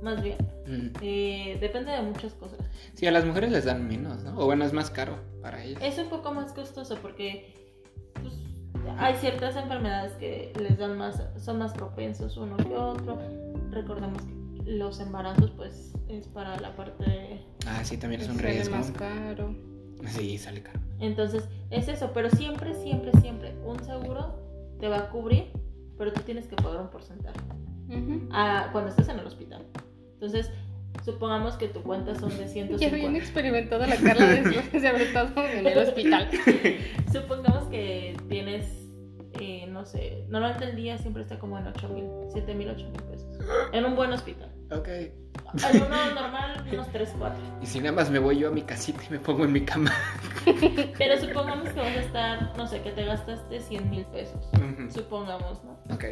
[SPEAKER 3] más bien.
[SPEAKER 1] Mm.
[SPEAKER 3] Eh, depende de muchas cosas.
[SPEAKER 1] Sí, a las mujeres les dan menos, ¿no? O bueno, es más caro para ellas.
[SPEAKER 3] Es un poco más costoso porque pues, hay ciertas enfermedades que les dan más, son más propensos uno que otro. Recordemos que los embarazos, pues, es para la parte de
[SPEAKER 1] Ah, sí, también es un
[SPEAKER 2] sale
[SPEAKER 1] riesgo.
[SPEAKER 2] más caro.
[SPEAKER 1] Sí, sale caro.
[SPEAKER 3] Entonces, es eso, pero siempre, siempre, siempre un seguro te va a cubrir, pero tú tienes que pagar un porcentaje
[SPEAKER 2] Ujú.
[SPEAKER 3] a- cuando estás en el hospital. Entonces, supongamos que tu cuenta son de
[SPEAKER 2] Ya bien
[SPEAKER 3] 150.
[SPEAKER 2] experimentada la Carla después de haber estado en el hospital.
[SPEAKER 3] supongamos que tienes, eh, no sé, normalmente el día siempre está como en 8 mil, 7 mil, 8 mil pesos. En un buen hospital.
[SPEAKER 1] Ok.
[SPEAKER 3] En uno normal, unos 3, 4.
[SPEAKER 1] Y si nada más me voy yo a mi casita y me pongo en mi cama.
[SPEAKER 3] Pero supongamos que vas a estar, no sé, que te gastaste 100 mil pesos.
[SPEAKER 1] Ujú.
[SPEAKER 3] Supongamos, ¿no?
[SPEAKER 1] ok.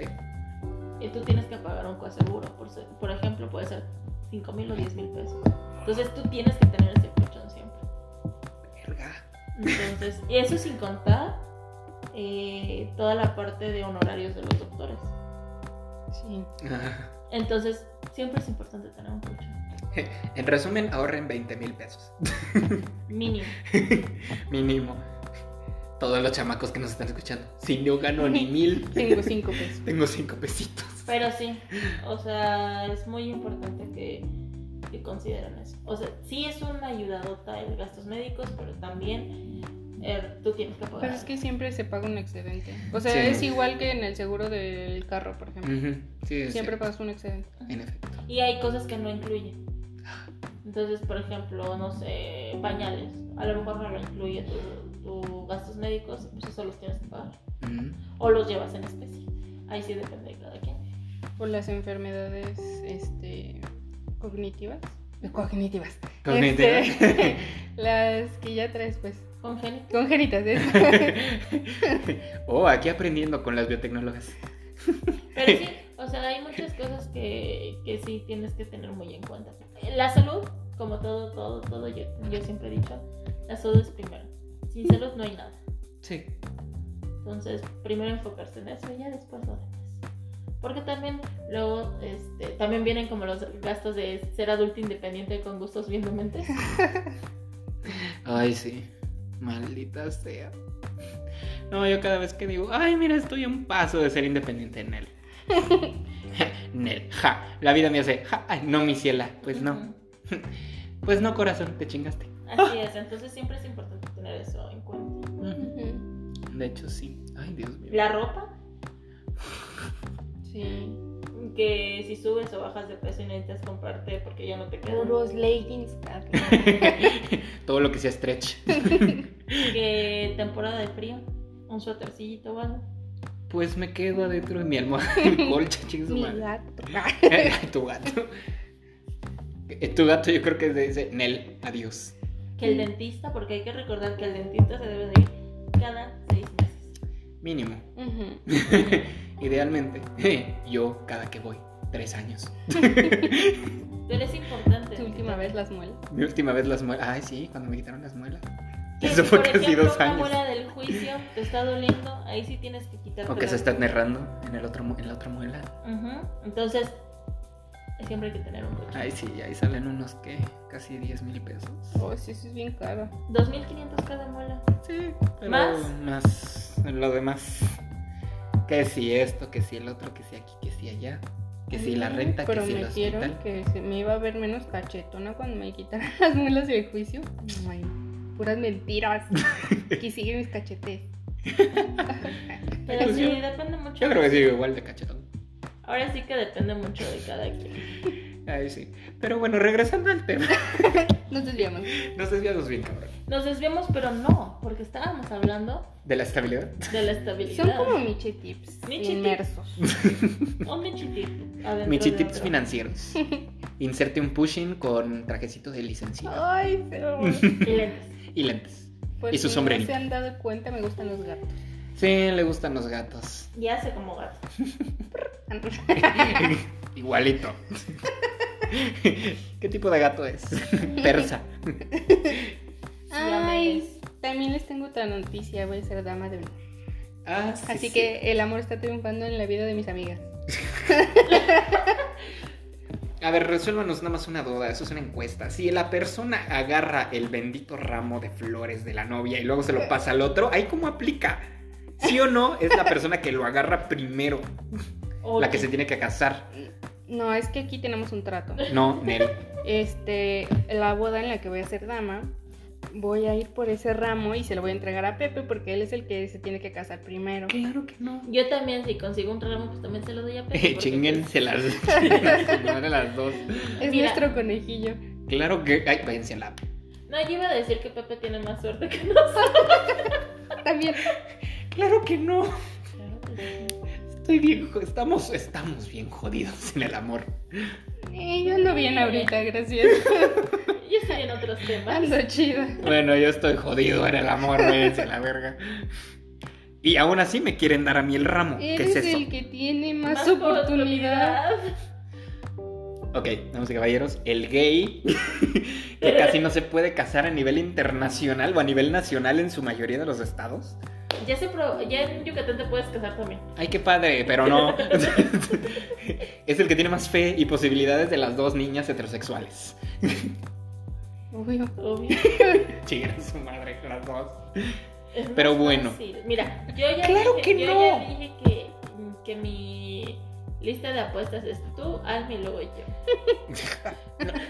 [SPEAKER 3] y tú tienes que pagar un coaseguro. Por, se- por ejemplo, puede ser 5 mil o 10 mil pesos. Entonces tú tienes que tener ese colchón siempre.
[SPEAKER 1] Verga.
[SPEAKER 3] Entonces, y eso sin contar eh, toda la parte de honorarios de los doctores.
[SPEAKER 2] Sí.
[SPEAKER 1] Ah.
[SPEAKER 3] Entonces, siempre es importante tener un colchón.
[SPEAKER 1] En resumen, ahorren 20 mil pesos.
[SPEAKER 3] Mínimo.
[SPEAKER 1] Mínimo. Todos los chamacos que nos están escuchando. Si no gano ni mil,
[SPEAKER 2] Tengo cinco pesos.
[SPEAKER 1] tengo cinco pesitos.
[SPEAKER 3] Pero sí, o sea, es muy importante que, que consideren eso. O sea, sí es una ayudadota el gastos médicos, pero también eh, tú tienes que pagar.
[SPEAKER 2] Pues es que siempre se paga un excedente. O sea,
[SPEAKER 1] Sí.
[SPEAKER 2] es igual que en el seguro del carro, por ejemplo.
[SPEAKER 1] Ujú, Sí, es
[SPEAKER 2] Siempre
[SPEAKER 1] cierto.
[SPEAKER 2] pagas un excedente.
[SPEAKER 1] En efecto.
[SPEAKER 3] Y hay cosas que no incluye. Entonces, por ejemplo, no sé, pañales. A lo mejor no lo incluye tu, tu gastos médicos, pues eso los tienes que pagar.
[SPEAKER 1] Ujú.
[SPEAKER 3] O los llevas en especie. Ahí sí depende de cada quien.
[SPEAKER 2] Por las enfermedades este, cognitivas. Cognitivas.
[SPEAKER 1] Cognitiva.
[SPEAKER 2] Este, las que ya traes, pues.
[SPEAKER 3] Congénito.
[SPEAKER 2] Congénitas, ¿eh?
[SPEAKER 1] Oh, aquí aprendiendo con las biotecnólogas.
[SPEAKER 3] Pero sí, o sea, hay muchas cosas que, que sí tienes que tener muy en cuenta. La salud, como todo, todo, todo, yo, yo siempre he dicho, la salud es primero. Sin salud no hay nada.
[SPEAKER 1] Sí.
[SPEAKER 3] Entonces, primero enfocarse en eso y ya después lo demás. Porque también luego este, también vienen como los gastos de ser adulto independiente con gustos bien dementes.
[SPEAKER 1] Ay, sí. Maldita sea. No, yo cada vez que digo, ay, mira, estoy a un paso de ser independiente en él. Nel, ja. La vida me hace, ja, ay, no, mi ciela. Pues no. Pues no, corazón, te chingaste.
[SPEAKER 3] Así es, entonces siempre es importante tener eso en cuenta.
[SPEAKER 1] Ujú. De hecho, sí. Ay, Dios mío.
[SPEAKER 3] La ropa,
[SPEAKER 2] Sí.
[SPEAKER 3] que si subes o bajas de peso y necesitas comprarte porque ya no te quedan.
[SPEAKER 2] leggings. ah,
[SPEAKER 1] Todo lo que sea stretch.
[SPEAKER 3] Que temporada de frío, un suétercillito o algo.
[SPEAKER 1] Pues me quedo adentro de mi almohada, de mi colcha, chingue su
[SPEAKER 2] Mi
[SPEAKER 1] madre.
[SPEAKER 2] gato.
[SPEAKER 1] Ay, tu gato. Eh, Tu gato yo creo que es de ese Nel, adiós.
[SPEAKER 3] Que el dentista, porque hay que recordar que el dentista se debe de ir cada seis meses.
[SPEAKER 1] Mínimo.
[SPEAKER 2] Ujú.
[SPEAKER 1] Idealmente. Yo cada que voy. Tres años.
[SPEAKER 3] Pero es importante.
[SPEAKER 2] Tu última última vez las muelas.
[SPEAKER 1] Mi última vez las muelas. Ay, sí, cuando me quitaron las muelas.
[SPEAKER 3] Que
[SPEAKER 1] Eso
[SPEAKER 3] si,
[SPEAKER 1] fue
[SPEAKER 3] por
[SPEAKER 1] casi
[SPEAKER 3] ejemplo,
[SPEAKER 1] dos
[SPEAKER 3] una
[SPEAKER 1] años.
[SPEAKER 3] muela del juicio te está doliendo, ahí sí tienes que quitarte.
[SPEAKER 1] O que
[SPEAKER 3] la
[SPEAKER 1] se está
[SPEAKER 3] muela.
[SPEAKER 1] errando en, el otro, mu- en la otra muela.
[SPEAKER 3] Ujú, Entonces, siempre hay que tener un poquito.
[SPEAKER 1] Ay, sí, ahí salen unos que casi 10 mil pesos.
[SPEAKER 2] Oh, sí, eso es bien caro.
[SPEAKER 3] 2.500 cada muela.
[SPEAKER 1] Sí, pero
[SPEAKER 3] ¿Más?
[SPEAKER 1] más lo demás. Que si esto, que si el otro, que si aquí, que si allá. Que si la
[SPEAKER 2] A mí
[SPEAKER 1] renta,
[SPEAKER 2] me
[SPEAKER 1] que si los
[SPEAKER 2] Prometieron que se me iba a ver menos cachetona cuando me quitaran las muelas del juicio. Ay, puras mentiras. Aquí siguen mis cachetes.
[SPEAKER 3] Pero
[SPEAKER 1] Pues
[SPEAKER 3] sí,
[SPEAKER 1] yo-
[SPEAKER 3] depende mucho.
[SPEAKER 1] Yo creo que sigo igual de cachetón.
[SPEAKER 3] Ahora sí que depende mucho de cada quien.
[SPEAKER 1] Ay, sí. Pero bueno, regresando al tema.
[SPEAKER 2] Nos desviamos.
[SPEAKER 1] Nos desviamos bien, cabrón.
[SPEAKER 3] Nos desviamos, pero no, porque estábamos hablando
[SPEAKER 1] De la estabilidad.
[SPEAKER 3] de la estabilidad.
[SPEAKER 2] Son como miche tips.
[SPEAKER 3] Miche tips.
[SPEAKER 2] inmersos.
[SPEAKER 3] Un michitip. adentro
[SPEAKER 1] Michi
[SPEAKER 3] de
[SPEAKER 1] tips
[SPEAKER 3] otro.
[SPEAKER 1] financieros. Inserte un pushing con trajecito de licenciado.
[SPEAKER 2] Ay, pero.
[SPEAKER 3] Lentes.
[SPEAKER 1] Y lentes.
[SPEAKER 2] Pues
[SPEAKER 1] Y su
[SPEAKER 2] si
[SPEAKER 1] sombrerito.
[SPEAKER 2] No se han dado cuenta, me gustan los gatos.
[SPEAKER 1] Sí, le gustan los gatos.
[SPEAKER 3] Y hace como gato.
[SPEAKER 1] Igualito. ¿Qué tipo de gato es? Persa.
[SPEAKER 2] Ay, también les tengo otra noticia. Voy a ser dama de honor.
[SPEAKER 1] Ah, sí,
[SPEAKER 2] Así
[SPEAKER 1] sí.
[SPEAKER 2] que el amor está triunfando en la vida de mis amigas.
[SPEAKER 1] A ver, resuélvanos nada más una duda. Eso es una encuesta. Si la persona agarra el bendito ramo de flores de la novia y luego se lo pasa al otro, ¿ahí cómo aplica? ¿Sí o no? Es la persona que lo agarra primero, la que se tiene que casar.
[SPEAKER 2] No, es que aquí tenemos un trato.
[SPEAKER 1] No, Nel.
[SPEAKER 2] Este, la boda en la que voy a ser dama, voy a ir por ese ramo y se lo voy a entregar a Pepe porque él es el que se tiene que casar primero.
[SPEAKER 1] Claro que no.
[SPEAKER 3] Yo también, si consigo un ramo, pues también se lo doy a Pepe. porque,
[SPEAKER 1] Eh,
[SPEAKER 3] pues,
[SPEAKER 1] Chinguense las, chinguen a las dos.
[SPEAKER 2] Es
[SPEAKER 3] Mira.
[SPEAKER 2] nuestro conejillo.
[SPEAKER 1] Claro que. Ay, váyanse a la.
[SPEAKER 3] pues, No, yo iba a decir que Pepe tiene más suerte que nosotros.
[SPEAKER 2] También.
[SPEAKER 1] Claro que no. Estoy bien. jo- Estamos, estamos bien jodidos en el amor.
[SPEAKER 2] Eh, yo ando bien ahorita, gracias.
[SPEAKER 3] Yo estoy en otros temas.
[SPEAKER 2] Ando chida.
[SPEAKER 1] Bueno, yo estoy jodido en el amor, váyanse a la verga. Y aún así me quieren dar a mí el ramo. ¿Qué
[SPEAKER 2] Eres
[SPEAKER 1] es eso?
[SPEAKER 2] el que tiene más, oportunidad.
[SPEAKER 1] Ok, vamos caballeros. El gay, que casi no se puede casar a nivel internacional o a nivel nacional en su mayoría de los estados.
[SPEAKER 3] Ya, se pro- ya en Yucatán te puedes casar también.
[SPEAKER 1] Ay, qué padre, pero no. es el que tiene más fe y posibilidades de las dos niñas heterosexuales.
[SPEAKER 2] Obvio.
[SPEAKER 3] Obvio.
[SPEAKER 1] Chinguen a su madre, las dos.
[SPEAKER 3] Es más
[SPEAKER 1] Pero bueno.
[SPEAKER 3] fácil. Mira, yo ya
[SPEAKER 1] Claro
[SPEAKER 3] dije,
[SPEAKER 1] que
[SPEAKER 3] yo
[SPEAKER 1] no.
[SPEAKER 3] ya dije que, que mi lista de apuestas es tú, Alma y luego yo.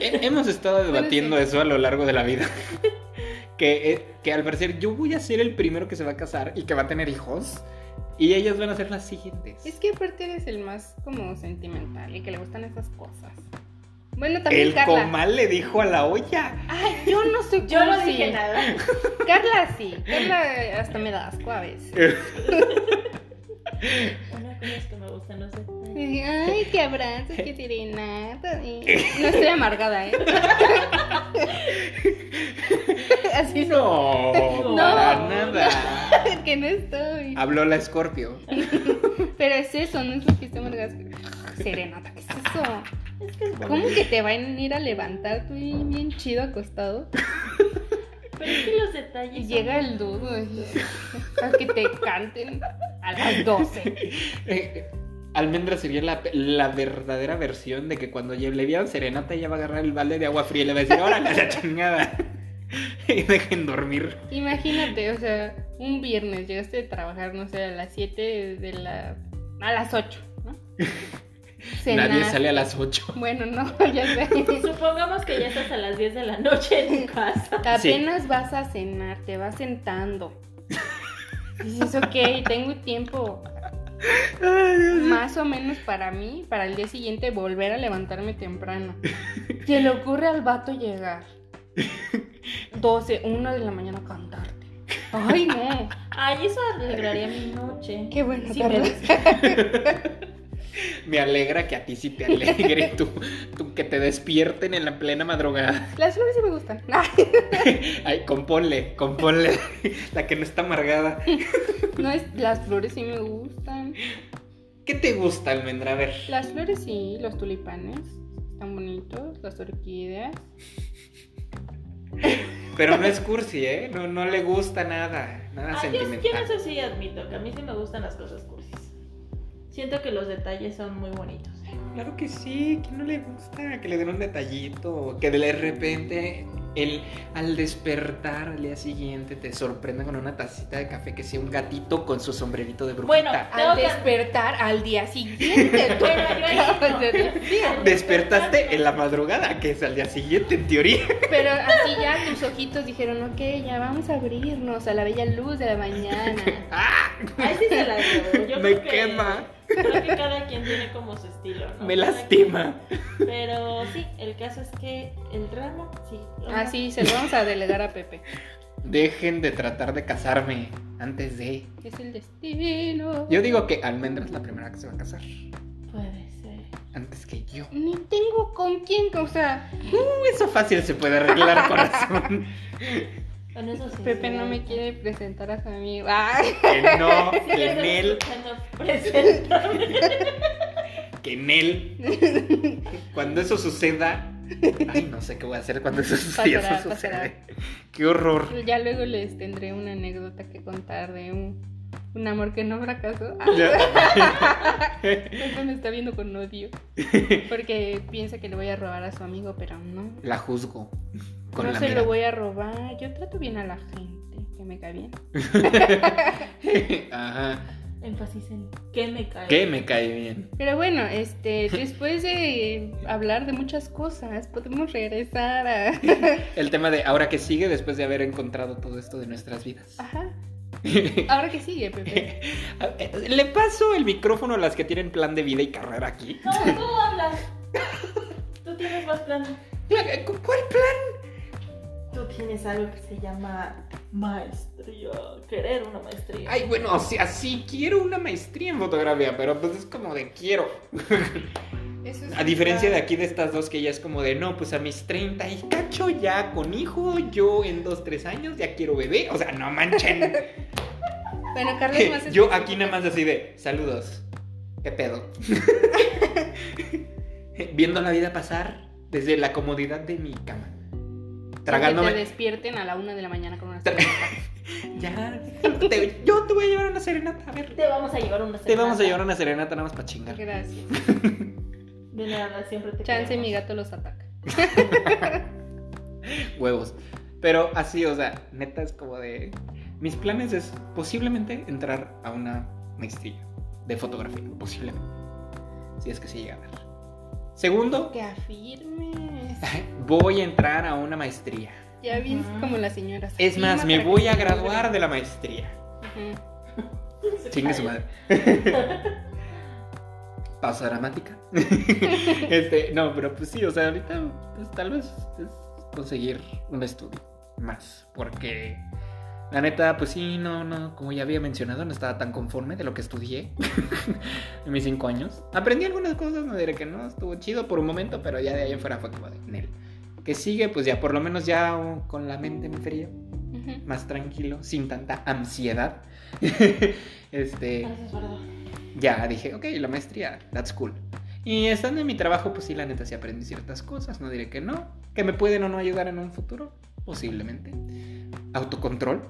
[SPEAKER 1] He- hemos estado debatiendo
[SPEAKER 2] sí.
[SPEAKER 1] eso a lo largo de la vida. que, eh, que al parecer yo voy a ser el primero que se va a casar y que va a tener hijos. Y ellas van a ser las siguientes.
[SPEAKER 2] Es que aparte eres el más como sentimental y que le gustan esas cosas. Bueno, también
[SPEAKER 1] El
[SPEAKER 2] Carla.
[SPEAKER 1] comal le dijo a la olla.
[SPEAKER 2] Ay, yo no soy
[SPEAKER 3] Yo no
[SPEAKER 2] cursi.
[SPEAKER 3] dije nada.
[SPEAKER 2] Carla sí. Carla eh, hasta me da asco a veces.
[SPEAKER 3] Una cosa es que me gusta, no sé.
[SPEAKER 2] Ay, qué abrazos, qué serenata. eh. No estoy amargada, ¿eh? Así no.
[SPEAKER 1] No,
[SPEAKER 3] No.
[SPEAKER 1] para nada.
[SPEAKER 2] que no estoy.
[SPEAKER 1] Habló la Escorpio.
[SPEAKER 2] Pero es eso, no es lo que estoy amargada. es- Serenata, ¿qué es eso?
[SPEAKER 3] Es que es bueno.
[SPEAKER 2] ¿Cómo que te van a ir a levantar tú ahí bien chido acostado?
[SPEAKER 3] Pero es que los detalles.
[SPEAKER 2] Y
[SPEAKER 3] son-
[SPEAKER 2] llega el dudo y a que te canten a las 12.
[SPEAKER 1] Eh, Almendra sería la, la verdadera versión de que cuando lle- le vean serenata ella va a agarrar el balde de agua fría y le va a decir, órale a la chingada. y dejen dormir.
[SPEAKER 2] Imagínate, o sea, un viernes llegaste de trabajar, no sé, a las 7 de la. a las 8, ¿no?
[SPEAKER 1] Nadie
[SPEAKER 2] Cenar.
[SPEAKER 1] sale a las 8.
[SPEAKER 2] Bueno, no, ya sé.
[SPEAKER 3] Supongamos que ya estás a las 10 de la noche en tu casa.
[SPEAKER 2] Apenas vas a cenar, te vas sentando. Dices, ok, tengo tiempo más o menos para mí, para el día siguiente volver a levantarme temprano. Se le ocurre al vato llegar 12, 1 de la mañana a cantarte. Ay, no.
[SPEAKER 3] Ay, eso alegraría mi noche.
[SPEAKER 2] Qué bueno,
[SPEAKER 3] Sí,
[SPEAKER 2] Carla.
[SPEAKER 1] Me alegra que a ti sí te alegre tú, tú que te despierten en la plena madrugada.
[SPEAKER 2] Las flores sí me gustan.
[SPEAKER 1] Ay, componle, componle. La que no está amargada.
[SPEAKER 2] No es, las flores sí me gustan.
[SPEAKER 1] ¿Qué te gusta, Almendra? A ver.
[SPEAKER 2] Las flores sí, los tulipanes. Tan bonitos, las orquídeas.
[SPEAKER 1] Pero no es cursi, ¿eh? No, no le gusta nada, nada
[SPEAKER 3] Ay, yo,
[SPEAKER 1] sentimental.
[SPEAKER 3] yo no sé si admito que a mí sí me gustan las cosas cursis. Siento que los detalles son muy bonitos.
[SPEAKER 1] Claro que sí, que no le gusta que le den un detallito, que de repente el, al despertar al día siguiente te sorprenda con una tacita de café que sea un gatito con su sombrerito de brujita.
[SPEAKER 3] Bueno, Tengo
[SPEAKER 2] Al
[SPEAKER 3] que-
[SPEAKER 2] despertar al día siguiente, tú
[SPEAKER 3] Bueno,
[SPEAKER 2] lo
[SPEAKER 3] yo
[SPEAKER 2] acabas de
[SPEAKER 3] admito.
[SPEAKER 2] decir.
[SPEAKER 1] Despertaste en la madrugada, que es al día siguiente en teoría.
[SPEAKER 2] Pero así ya tus ojitos dijeron, ok, ya vamos a abrirnos a la bella luz de la mañana.
[SPEAKER 1] ¡Ah!
[SPEAKER 3] Ahí sí se las debo. Yo
[SPEAKER 1] Me
[SPEAKER 3] creo que-
[SPEAKER 1] quema,
[SPEAKER 3] Creo que cada quien tiene como su estilo, ¿no?
[SPEAKER 1] me
[SPEAKER 3] Cada
[SPEAKER 1] lastima.
[SPEAKER 3] quien- Pero sí, el caso es que el drama, sí.
[SPEAKER 2] Ah, sí, se lo vamos a delegar a Pepe.
[SPEAKER 1] Dejen de tratar de casarme antes de...
[SPEAKER 2] Es el destino.
[SPEAKER 1] Yo digo que Almendra es la primera que se va a casar,
[SPEAKER 3] Puede ser.
[SPEAKER 1] antes que yo.
[SPEAKER 2] Ni tengo con quién, o sea,
[SPEAKER 1] Eso fácil se puede arreglar, corazón.
[SPEAKER 3] Bueno, eso sí.
[SPEAKER 2] Pepe
[SPEAKER 3] sí,
[SPEAKER 2] no me
[SPEAKER 3] sí.
[SPEAKER 2] quiere presentar a su amigo. Ay,
[SPEAKER 1] Que no,
[SPEAKER 3] Sí,
[SPEAKER 1] que
[SPEAKER 3] ya
[SPEAKER 1] en
[SPEAKER 3] estoy
[SPEAKER 1] él,
[SPEAKER 3] escuchando, preséntame.
[SPEAKER 1] que en él. Cuando eso suceda... Ay, no sé qué voy a hacer cuando eso, si eso
[SPEAKER 2] Pasará,
[SPEAKER 1] sucede. Qué horror.
[SPEAKER 2] ya luego les tendré una anécdota que contar de un, un amor que no fracasó. Ah, Pepe me está viendo con odio. Porque piensa que le voy a robar a su amigo, pero no.
[SPEAKER 1] La juzgo. Con
[SPEAKER 2] no
[SPEAKER 1] la
[SPEAKER 2] se
[SPEAKER 1] mirada.
[SPEAKER 2] lo voy a robar. Yo trato bien a la gente, que me cae bien.
[SPEAKER 1] Ajá.
[SPEAKER 3] Énfasis en que me cae.
[SPEAKER 1] Que me cae bien.
[SPEAKER 2] Pero bueno, este, después de hablar de muchas cosas, podemos regresar a.
[SPEAKER 1] El tema de ahora que sigue después de haber encontrado todo esto de nuestras vidas. Ah,
[SPEAKER 2] Ajá. Ahora que sigue, Pepe.
[SPEAKER 1] eh, Le paso el micrófono a las que tienen plan de vida y carrera aquí.
[SPEAKER 3] No, tú hablas. Tú tienes más plan.
[SPEAKER 1] eh, ¿Cu- ¿Cuál plan?
[SPEAKER 3] Tú tienes algo que se llama maestría. Querer una maestría.
[SPEAKER 1] Ay, bueno, o sea, sí quiero una maestría en fotografía, pero pues es como de quiero.
[SPEAKER 2] Eso
[SPEAKER 1] A diferencia de aquí de estas dos que ya es como de no, pues a mis 30 y cacho ya con hijo, yo en 2, 3 años ya quiero bebé. O sea, no manchen.
[SPEAKER 2] Bueno, Carlos más
[SPEAKER 1] Yo aquí nada más así de saludos. ¿Qué pedo? Viendo la vida pasar desde la comodidad de mi cama.
[SPEAKER 2] tragándome. Que te
[SPEAKER 1] Tragándome.
[SPEAKER 2] despierten a la una de la mañana con una
[SPEAKER 1] Tra- Ya, te- yo te voy a llevar una serenata. A ver,
[SPEAKER 3] Te vamos a llevar una
[SPEAKER 1] te vamos a
[SPEAKER 3] serenata.
[SPEAKER 1] llevar una serenata nada más para chingar.
[SPEAKER 2] Gracias.
[SPEAKER 3] De nada, siempre te
[SPEAKER 2] Chance,
[SPEAKER 3] queremos.
[SPEAKER 2] mi gato los ataca.
[SPEAKER 1] Huevos. Pero así, o sea, neta es como de. Mis planes es posiblemente entrar a una maestría de fotografía. Posiblemente. Si es que sí llega a ver. Segundo,
[SPEAKER 2] Que afirmes.
[SPEAKER 1] voy a entrar a una maestría.
[SPEAKER 2] Ya bien
[SPEAKER 3] Ajá.
[SPEAKER 2] como las señoras.
[SPEAKER 1] Ah. Es más, me voy a graduar de la maestría.
[SPEAKER 2] Ajá.
[SPEAKER 1] Chingue su madre. Pausa dramática. este, no, pero pues sí, o sea, ahorita pues, tal vez es conseguir un estudio más. Porque la neta, pues sí, no, no, como ya había mencionado, no estaba tan conforme de lo que estudié en mis cinco años. Aprendí algunas cosas, no diré que no, estuvo chido por un momento, pero ya de ahí en fuera fue como de "Nel". Que sigue, pues ya por lo menos ya oh, con la mente en frío.
[SPEAKER 2] Ujú.
[SPEAKER 1] más tranquilo, sin tanta ansiedad. este,
[SPEAKER 3] Eso es verdad.
[SPEAKER 1] ya dije, ok, la maestría, that's cool. Y estando en mi trabajo, pues sí, la neta, sí aprendí ciertas cosas, no diré que no, que me pueden o no ayudar en un futuro, posiblemente. Autocontrol.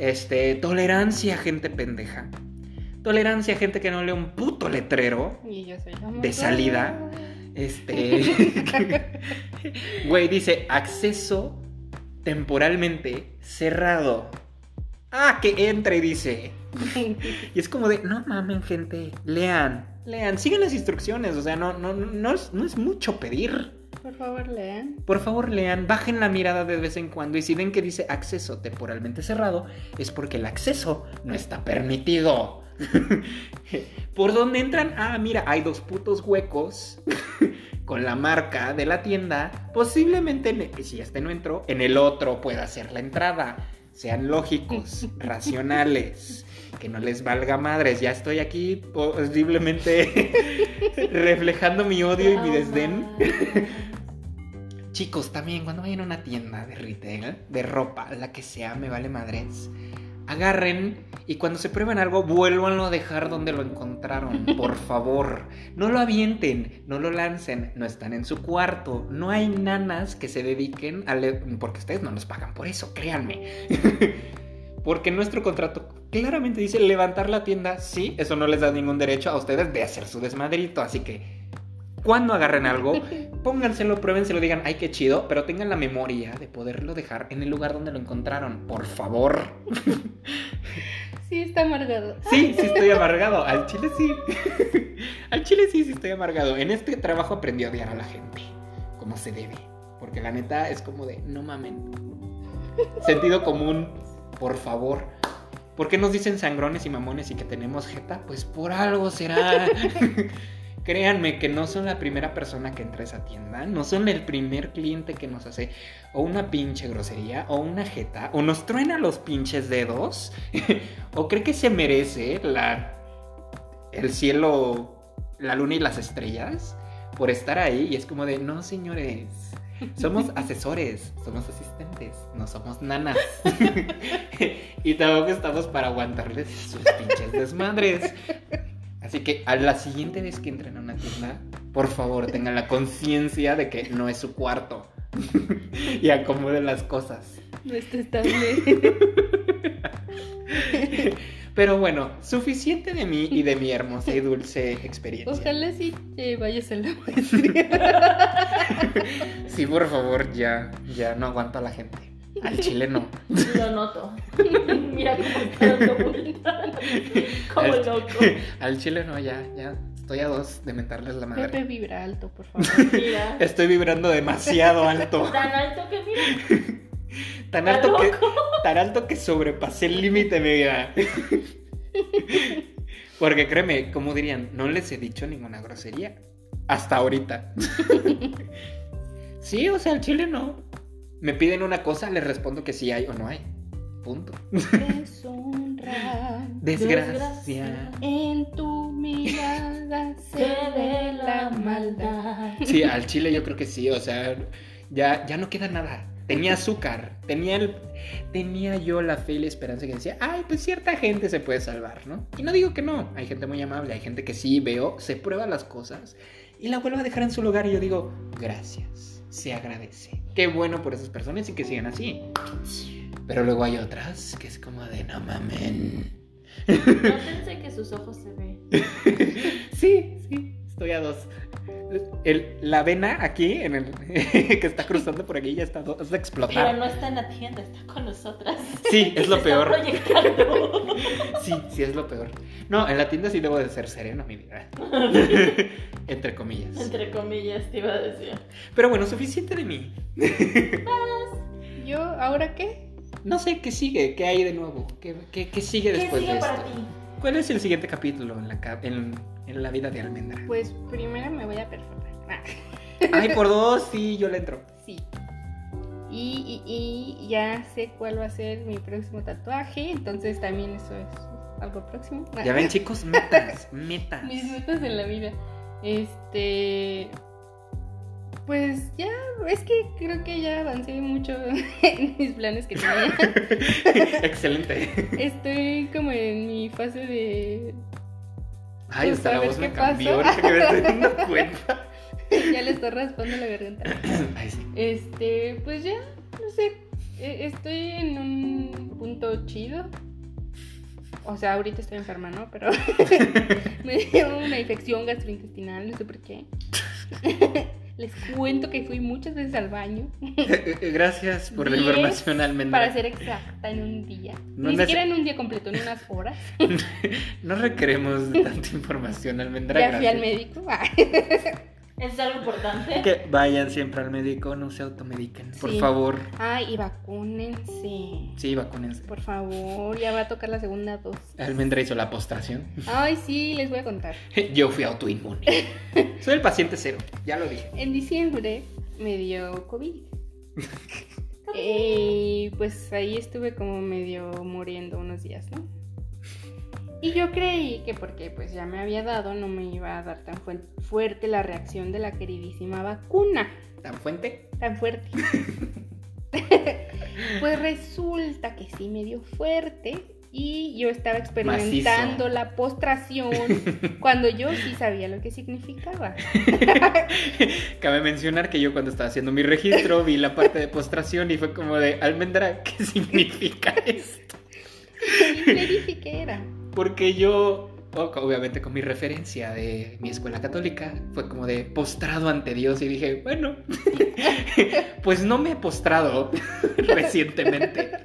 [SPEAKER 1] Este, tolerancia, gente pendeja. Tolerancia, gente que no lee un puto letrero.
[SPEAKER 2] Y yo soy amor.
[SPEAKER 1] De salida. Este. Güey, dice acceso temporalmente cerrado. Ah, que entre, dice. Y es como de, no mamen, gente, lean, lean, sigan las instrucciones, o sea, no, no, no, no es, no es mucho pedir.
[SPEAKER 2] Por favor, lean.
[SPEAKER 1] Por favor, lean, bajen la mirada de vez en cuando y si ven que dice acceso temporalmente cerrado, es porque el acceso no está permitido. ¿Por dónde entran? Ah, mira, hay dos putos huecos con la marca de la tienda. Posiblemente, en e- si este no entró, en el otro pueda ser la entrada. Sean lógicos, racionales, que no les valga madres. Ya estoy aquí posiblemente reflejando mi odio y mi desdén. Chicos, también cuando vayan a una tienda de retail, de ropa, la que sea, me vale madres, agarren y cuando se prueben algo, vuélvanlo a dejar donde lo encontraron, por favor. No lo avienten, no lo lancen, no están en su cuarto, no hay nanas que se dediquen a... le- Porque ustedes no nos pagan por eso, créanme. Porque nuestro contrato claramente dice levantar la tienda, sí, eso no les da ningún derecho a ustedes de hacer su desmadrito, así que... Cuando agarren algo, pónganselo, pruébenselo, digan, ay, qué chido, pero tengan la memoria de poderlo dejar en el lugar donde lo encontraron, por favor.
[SPEAKER 2] Sí, está amargado.
[SPEAKER 1] Sí, sí estoy amargado. Al chile sí. Al chile sí, sí estoy amargado. En este trabajo aprendí a odiar a la gente. Como se debe. Porque la neta es como de, no mamen. Sentido común, por favor. ¿Por qué nos dicen sangrones y mamones y que tenemos jeta? Pues por algo será. Créanme que no son la primera persona que entra a esa tienda, no son el primer cliente que nos hace o una pinche grosería o una jeta o nos truena los pinches dedos ¿O cree que se merece la, el cielo, la luna y las estrellas por estar ahí? Y es como de, no, señores, somos asesores, somos asistentes, no somos nanas. y tampoco estamos para aguantarles sus pinches desmadres. Así que a la siguiente vez que entren a una tienda, por favor tengan la conciencia de que no es su cuarto. y acomoden las cosas.
[SPEAKER 2] No está estable.
[SPEAKER 1] Pero bueno, suficiente de mí y de mi hermosa y dulce experiencia.
[SPEAKER 2] Ojalá sí te vayas a la maestría.
[SPEAKER 1] Sí, por favor, ya, ya no aguanto a la gente. Al chile no.
[SPEAKER 3] Lo noto. Mira cómo está dando vueltas. Como
[SPEAKER 1] Al-
[SPEAKER 3] loco.
[SPEAKER 1] Al chile no, ya, ya. Estoy a dos de mentarles la
[SPEAKER 2] Pepe
[SPEAKER 1] madre.
[SPEAKER 2] vibra alto, por favor.
[SPEAKER 3] Mira.
[SPEAKER 1] Estoy vibrando demasiado alto.
[SPEAKER 3] Tan alto que mira.
[SPEAKER 1] Tan
[SPEAKER 3] Está
[SPEAKER 1] alto que,
[SPEAKER 3] loco.
[SPEAKER 1] tan alto que sobrepasé el límite, mi vida. Porque créeme, como dirían, no les he dicho ninguna grosería. Hasta ahorita. Sí, o sea, al chile no. Me piden una cosa, les respondo que sí hay o no hay. Punto.
[SPEAKER 2] Deshonra.
[SPEAKER 1] Desgracia.
[SPEAKER 2] En tu mirada se ve la maldad.
[SPEAKER 1] Sí, al chile yo creo que sí, o sea, ya, ya no queda nada. Tenía azúcar, tenía, el, tenía yo la fe y la esperanza que decía, ay, pues cierta gente se puede salvar, ¿no? Y no digo que no, hay gente muy amable, hay gente que sí veo, se prueba las cosas y la vuelvo a dejar en su lugar y yo digo, gracias, se agradece. Qué bueno por esas personas y que sigan así. Pero luego hay otras que es como de, no mamen.
[SPEAKER 3] No pensé que sus ojos se ven.
[SPEAKER 1] Sí, sí, estoy a dos. El- la vena aquí, en el, que está cruzando por aquí, ya está a dos de
[SPEAKER 3] Pero
[SPEAKER 1] explotar.
[SPEAKER 3] no está en la tienda, está con nosotras.
[SPEAKER 1] Sí, es lo
[SPEAKER 3] Se
[SPEAKER 1] peor.
[SPEAKER 3] Está proyectando.
[SPEAKER 1] Sí, sí, es lo peor. No, en la tienda sí debo de ser sereno, mi vida. Entre comillas.
[SPEAKER 3] Entre comillas, te iba a decir.
[SPEAKER 1] Pero bueno, suficiente de mí.
[SPEAKER 2] ¿Yo ahora qué?
[SPEAKER 1] No sé qué sigue, qué hay de nuevo, qué, qué- qué sigue
[SPEAKER 3] ¿Qué
[SPEAKER 1] después
[SPEAKER 3] sigue
[SPEAKER 1] de
[SPEAKER 3] para
[SPEAKER 1] esto.
[SPEAKER 3] ti?
[SPEAKER 1] ¿Cuál es el siguiente capítulo en la, ca- en, en la vida de Almendra?
[SPEAKER 2] Pues primero me voy a perforar. Ah,
[SPEAKER 1] Ay, por dos, sí, yo le entro.
[SPEAKER 2] sí. Y, y, y ya sé cuál va a ser mi próximo tatuaje, entonces también eso es algo próximo. Ah.
[SPEAKER 1] Ya ven, chicos, metas, metas.
[SPEAKER 2] mis metas en la vida. Este. Pues ya, es que creo que ya avancé mucho en mis planes que tenía.
[SPEAKER 1] Excelente.
[SPEAKER 2] Estoy como en mi fase de.
[SPEAKER 1] Ay,
[SPEAKER 2] Pues,
[SPEAKER 1] hasta
[SPEAKER 2] a
[SPEAKER 1] la
[SPEAKER 2] ver
[SPEAKER 1] voz
[SPEAKER 2] qué
[SPEAKER 1] me
[SPEAKER 2] pasa.
[SPEAKER 1] cambió ahorita que me estoy dando cuenta.
[SPEAKER 2] Ya le estoy raspando la garganta.
[SPEAKER 1] Ay, sí.
[SPEAKER 2] Este, pues ya, no sé. e- Estoy en un punto chido. O sea, ahorita estoy enferma, ¿no? Pero me dio una infección gastrointestinal, no sé por qué. Les cuento que fui muchas veces al baño.
[SPEAKER 1] Eh, eh, Gracias por la
[SPEAKER 2] Diez
[SPEAKER 1] información, Almendra.
[SPEAKER 2] Para ser exacta, en un día.
[SPEAKER 1] No
[SPEAKER 2] Ni
[SPEAKER 1] nece-
[SPEAKER 2] siquiera en un día completo, en unas horas.
[SPEAKER 1] No requeremos de tanta información, Almendra.
[SPEAKER 2] ya fui al
[SPEAKER 1] gracias.
[SPEAKER 2] médico. ah,
[SPEAKER 3] Es algo importante.
[SPEAKER 1] Que vayan siempre al médico, no se automediquen, por
[SPEAKER 2] Sí.
[SPEAKER 1] favor.
[SPEAKER 2] Ay, y vacúnense.
[SPEAKER 1] Sí, vacúnense.
[SPEAKER 2] Por favor, ya va a tocar la segunda dosis.
[SPEAKER 1] Almendra hizo la postración.
[SPEAKER 2] Ay, sí, les voy a contar.
[SPEAKER 1] Yo fui autoinmune. Soy el paciente cero, ya lo dije.
[SPEAKER 2] En diciembre me dio COVID. Y pues ahí estuve como medio muriendo unos días, ¿no? Y yo creí que porque pues ya me había dado no me iba a dar tan fuen- fuerte la reacción de la queridísima vacuna.
[SPEAKER 1] Tan fuente.
[SPEAKER 2] Tan fuerte. pues resulta que sí me dio fuerte Y yo estaba experimentando
[SPEAKER 1] Macizo.
[SPEAKER 2] la postración cuando yo sí sabía lo que significaba.
[SPEAKER 1] Cabe mencionar que yo cuando estaba haciendo mi registro vi la parte de postración y fue como de almendra, ¿qué significa esto?
[SPEAKER 2] Y le dije que era.
[SPEAKER 1] Porque yo, o- obviamente con mi referencia de mi escuela católica, fue como de postrado ante Dios y dije, bueno, pues no me he postrado recientemente.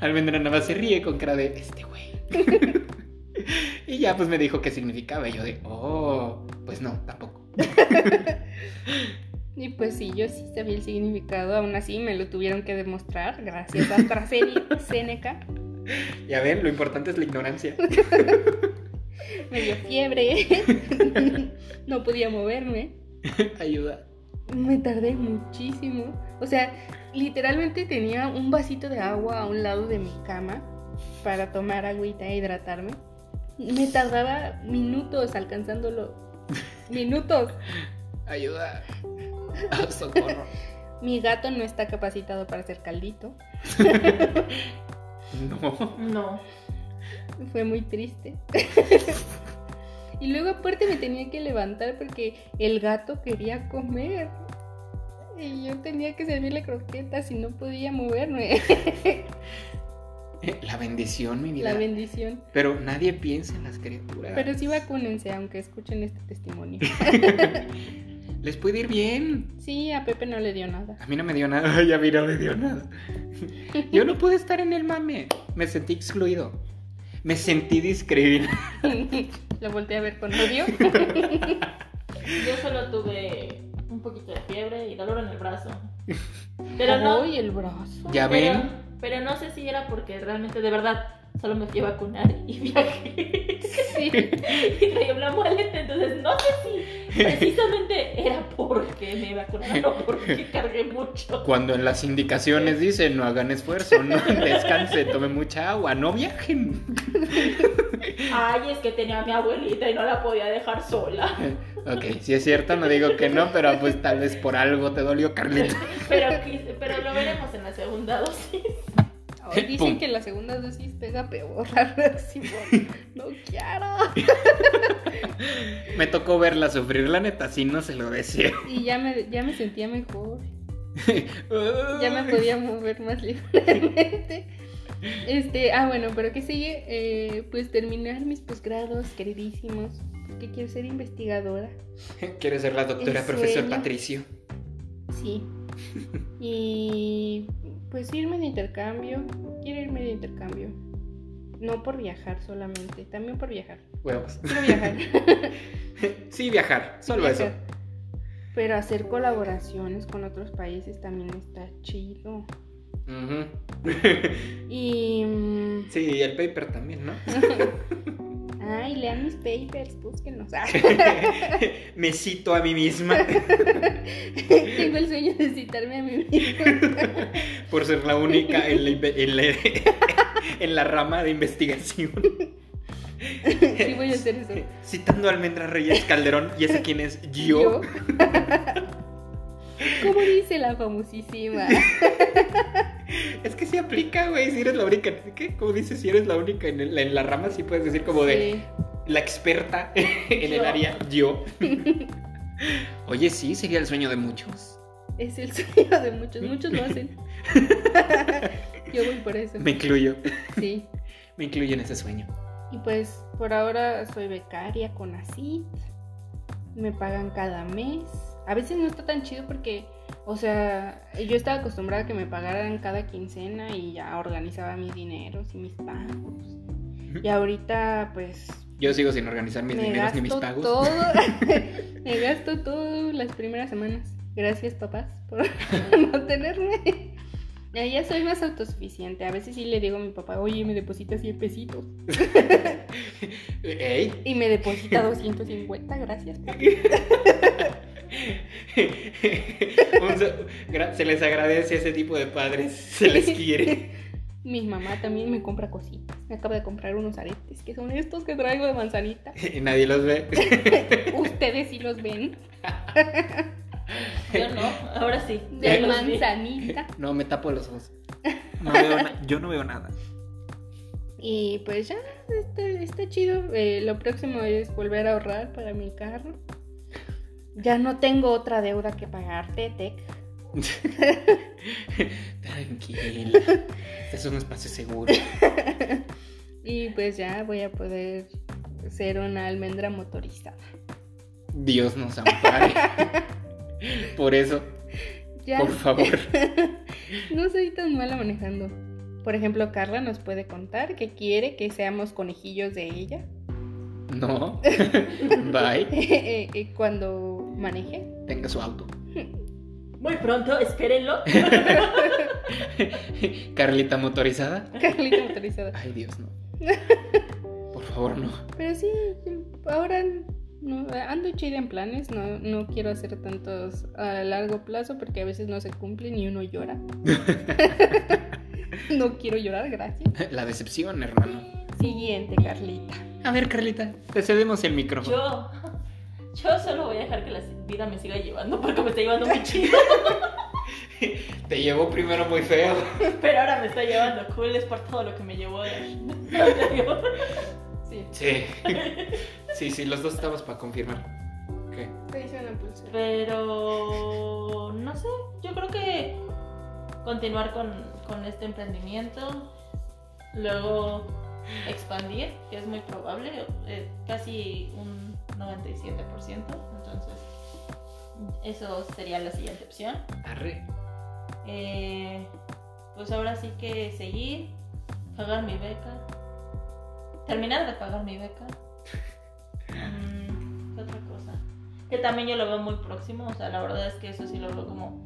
[SPEAKER 1] almendra nada más se ríe con cara de este güey. y ya pues me dijo qué significaba y yo de, oh, pues no, tampoco.
[SPEAKER 2] Y pues sí, yo sí sabía el significado, aún así me lo tuvieron que demostrar gracias a AstraZeneca.
[SPEAKER 1] Ya ven, lo importante es la ignorancia.
[SPEAKER 2] Me dio fiebre, no podía moverme,
[SPEAKER 1] Ayuda.
[SPEAKER 2] me tardé muchísimo. O sea, literalmente tenía un vasito de agua a un lado de mi cama para tomar agüita e hidratarme. Me tardaba minutos alcanzándolo. Minutos.
[SPEAKER 1] Ayuda. Ah, Socorro.
[SPEAKER 2] Mi gato no está capacitado para hacer caldito.
[SPEAKER 1] No.
[SPEAKER 3] No.
[SPEAKER 2] Fue muy triste. y luego aparte me tenía que levantar porque el gato quería comer. Y yo tenía que servirle croquetas y no podía moverme.
[SPEAKER 1] La bendición, mi vida.
[SPEAKER 2] La bendición.
[SPEAKER 1] Pero nadie piensa en las criaturas.
[SPEAKER 2] Pero sí vacúnense, aunque escuchen este testimonio.
[SPEAKER 1] Les puede ir bien.
[SPEAKER 2] Sí, a Pepe no le dio nada.
[SPEAKER 1] A mí no me dio nada. Ay, a mí no me dio nada. Yo no pude estar en el mame. Me sentí excluido. Me sentí discriminado.
[SPEAKER 2] Lo volteé a ver con odio.
[SPEAKER 3] Yo solo tuve un poquito de fiebre y dolor en el brazo. Pero no.
[SPEAKER 2] Ay, el brazo.
[SPEAKER 1] Ya
[SPEAKER 3] pero-
[SPEAKER 1] ven.
[SPEAKER 3] Pero no sé si era porque realmente, de verdad, solo me fui a vacunar y viajé.
[SPEAKER 2] Sí.
[SPEAKER 3] y traía una maleta, entonces no sé si precisamente era porque me vacunaron o porque cargué mucho.
[SPEAKER 1] Cuando en las indicaciones dicen no hagan esfuerzo, no descansen, tomen mucha agua, no viajen.
[SPEAKER 3] Ay, es que tenía a mi abuelita y no la podía dejar sola.
[SPEAKER 1] Ok, si es cierto, no digo que no, pero pues tal vez por algo te dolió, Carlita.
[SPEAKER 3] Pero, quise- pero lo veremos en la segunda dosis.
[SPEAKER 2] Ay, dicen
[SPEAKER 1] Pum.
[SPEAKER 2] que la segunda dosis pega peor la reacción. No quiero.
[SPEAKER 1] Me tocó verla sufrir, la neta, si no se lo decía.
[SPEAKER 2] Y ya me, ya me sentía mejor. ya
[SPEAKER 1] Ya
[SPEAKER 2] me podía mover más libremente. Este, ah, bueno, pero ¿qué sigue? Eh, pues terminar mis posgrados, queridísimos, porque quiero ser investigadora.
[SPEAKER 1] Quiero ser la doctora
[SPEAKER 2] El
[SPEAKER 1] profesor
[SPEAKER 2] sueño.
[SPEAKER 1] Patricio.
[SPEAKER 2] Sí. Y pues irme de intercambio. Quiero irme de intercambio. No por viajar solamente, también por viajar.
[SPEAKER 1] Huevos.
[SPEAKER 2] Quiero viajar.
[SPEAKER 1] pues, Sí, viajar, solo
[SPEAKER 2] Viajar. Pero hacer colaboraciones con otros países también está
[SPEAKER 1] eso.
[SPEAKER 2] chido.
[SPEAKER 1] Ujú.
[SPEAKER 2] Y... mm,
[SPEAKER 1] Sí, y el paper también, ¿no?
[SPEAKER 2] Ay, lean mis papers, búsquenlos. Ah.
[SPEAKER 1] me cito a mí misma
[SPEAKER 2] Tengo el sueño de citarme a mí misma.
[SPEAKER 1] por ser la única en la, inve- en la- en la rama de investigación.
[SPEAKER 2] sí voy a hacer eso.
[SPEAKER 1] Citando a Almendra Reyes Calderón, ¿y ese quién es? Yo.
[SPEAKER 2] ¿Cómo dice la famosísima?
[SPEAKER 1] Es que sí aplica, güey, si eres la única. ¿Qué? Como dices, si eres la única en, el- en la rama, sí puedes decir como de...
[SPEAKER 2] Sí.
[SPEAKER 1] la experta en el
[SPEAKER 3] Yo.
[SPEAKER 1] área, yo. Oye, sí, sería el sueño de muchos.
[SPEAKER 2] Es el sueño de muchos, muchos lo hacen. Yo voy por eso.
[SPEAKER 1] Me incluyo,
[SPEAKER 2] Sí.
[SPEAKER 1] me incluyo en ese sueño.
[SPEAKER 2] Y pues por ahora soy becaria con ACID. Me pagan cada mes. A veces no está tan chido porque, o sea, yo estaba acostumbrada a que me pagaran cada quincena y ya organizaba mis dineros y mis pagos. Y ahorita pues
[SPEAKER 1] Yo sigo sin organizar mis
[SPEAKER 2] me
[SPEAKER 1] dineros
[SPEAKER 2] gasto
[SPEAKER 1] ni mis pagos.
[SPEAKER 2] todo. me gasto todo las primeras semanas. Gracias papás por no tenerme. Ya, ya soy más autosuficiente. A veces sí le digo a mi papá, oye, me depositas 100 pesitos.
[SPEAKER 1] Ey.
[SPEAKER 2] Y me deposita 250, gracias.
[SPEAKER 1] Un sa- gra- se les agradece a ese tipo de padres, se les quiere.
[SPEAKER 2] Mi mamá también me compra cositas. Me acaba de comprar unos aretes, que son estos que traigo de manzanita.
[SPEAKER 1] Y nadie los ve.
[SPEAKER 2] Ustedes sí los ven.
[SPEAKER 3] Yo no, ahora sí.
[SPEAKER 2] De
[SPEAKER 3] Ya los vi.
[SPEAKER 2] manzanita.
[SPEAKER 1] No, me tapo los ojos. No veo na- yo no veo nada.
[SPEAKER 2] Y pues ya, está, está chido. Eh, lo próximo es volver a ahorrar para mi carro. Ya no tengo otra deuda que pagarte, Tech.
[SPEAKER 1] Tranquila. Este es un espacio seguro.
[SPEAKER 2] Y pues ya voy a poder ser una almendra motorizada.
[SPEAKER 1] Dios nos ampare. Por eso,
[SPEAKER 2] Ya
[SPEAKER 1] por favor.
[SPEAKER 2] no soy tan mala manejando. Por ejemplo, Carla nos puede contar que quiere que seamos conejillos de ella
[SPEAKER 1] No. Bye.
[SPEAKER 2] Eh, eh, cuando maneje.
[SPEAKER 1] Tenga su auto.
[SPEAKER 3] Muy pronto, espérenlo.
[SPEAKER 1] Carlita motorizada.
[SPEAKER 2] Carlita motorizada.
[SPEAKER 1] Ay, Dios, no. Por favor, no.
[SPEAKER 2] Pero sí, ahora no, ando chida en planes, no, no quiero hacer tantos a largo plazo porque a veces no se cumplen y uno llora. no quiero llorar, gracias.
[SPEAKER 1] La decepción, hermano.
[SPEAKER 2] Siguiente, Carlita.
[SPEAKER 1] A ver, Carlita, te cedemos el micrófono.
[SPEAKER 3] Yo, yo solo voy a dejar que la vida me siga llevando porque me está llevando muy chido.
[SPEAKER 1] Te llevó primero muy feo.
[SPEAKER 3] Pero ahora me está llevando cool, es por todo lo que me llevó. de- Sí.
[SPEAKER 1] Sí. Sí, sí, los dos estamos para confirmar. ¿Qué?
[SPEAKER 2] Te hice una pulsera.
[SPEAKER 3] Pero no sé, yo creo que continuar con, con este emprendimiento, luego expandir, que es muy probable, eh, casi un 97%, entonces eso sería la siguiente opción.
[SPEAKER 1] Arre.
[SPEAKER 3] Eh, pues ahora sí que seguir, pagar mi beca, terminar de pagar mi beca. Mm, ¿Qué otra cosa? Que también yo lo veo muy próximo, o sea, la verdad es que eso sí lo veo como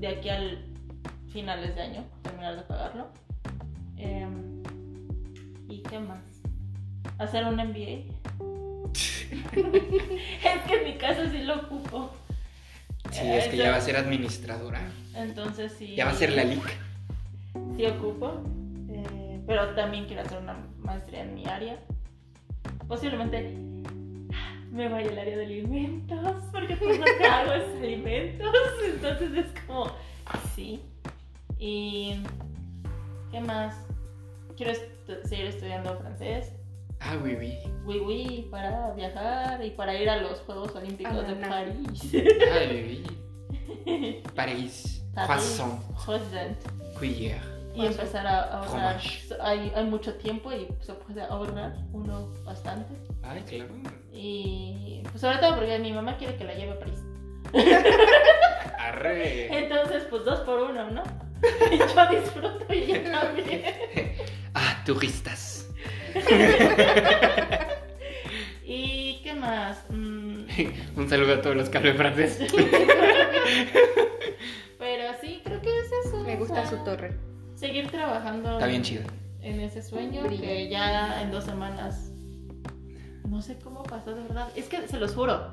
[SPEAKER 3] de aquí al finales de año, terminar de pagarlo. Em, ¿Y qué más? Hacer un MBA. es que en mi caso sí lo ocupo.
[SPEAKER 1] Sí, es que ya va a ser administradora.
[SPEAKER 3] Entonces sí.
[SPEAKER 1] Ya va a ser la LIC.
[SPEAKER 3] sí ocupo, eh, pero también quiero hacer una maestría en mi área. Posiblemente me vaya al área de alimentos, porque pues lo que hago es alimentos, entonces es como, sí. Y, ¿qué más? Quiero estu- seguir estudiando francés,
[SPEAKER 1] Ah, oui, oui.
[SPEAKER 3] oui, oui, para viajar y para ir a los Juegos Olímpicos
[SPEAKER 2] Ah,
[SPEAKER 3] de
[SPEAKER 2] no.
[SPEAKER 3] París.
[SPEAKER 1] Ah, oui, oui. París. Croissant.
[SPEAKER 3] Croissant.
[SPEAKER 1] Cuillère.
[SPEAKER 3] y empezar a ahorrar.
[SPEAKER 1] Fromage.
[SPEAKER 3] Hay, hay mucho tiempo y se puede ahorrar uno bastante.
[SPEAKER 1] Ay, claro.
[SPEAKER 3] Y pues sobre todo porque mi mamá quiere que la lleve a París.
[SPEAKER 1] Arre.
[SPEAKER 3] Entonces, pues dos por uno, ¿no? Y yo disfruto y ella también.
[SPEAKER 1] Ah, turistas.
[SPEAKER 3] ¿Y qué más? Mm,
[SPEAKER 1] Un saludo a todos los que hablan francés.
[SPEAKER 3] Pero sí, creo que es eso.
[SPEAKER 2] Me
[SPEAKER 3] o
[SPEAKER 2] gusta
[SPEAKER 3] sea,
[SPEAKER 2] su torre.
[SPEAKER 3] Seguir trabajando.
[SPEAKER 1] Está bien
[SPEAKER 3] en-
[SPEAKER 1] chido.
[SPEAKER 3] En ese sueño
[SPEAKER 2] Brilla.
[SPEAKER 3] que ya en dos semanas. No sé cómo pasó, de verdad. Es que se los juro.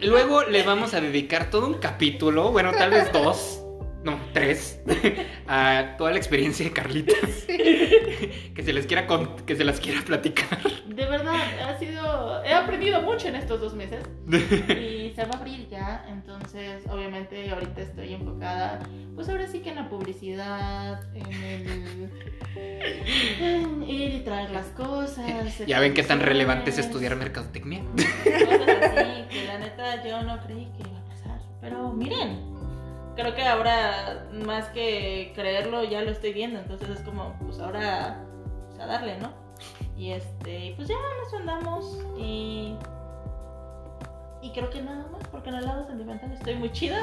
[SPEAKER 1] Luego le vamos a dedicar todo un capítulo, bueno, tal vez dos, no, tres, a toda la experiencia de Carlita. Que se les quiera con- que se las quiera platicar.
[SPEAKER 3] De verdad, ha sido. He aprendido mucho en estos dos meses. Y se va a abrir ya, entonces obviamente ahorita estoy enfocada, pues ahora sí que en la publicidad, en el en ir y traer las cosas.
[SPEAKER 1] Ya ven que tan relevante es
[SPEAKER 3] exposiciones,
[SPEAKER 1] estudiar mercadotecnia.
[SPEAKER 3] Cosas así, que la neta yo no creí que iba a pasar, pero miren, creo que ahora más que creerlo ya lo estoy viendo, entonces es como, pues ahora pues, a darle, ¿no? Y este, pues ya nos andamos y... Y creo que nada más, porque en el lado sentimental estoy muy chida.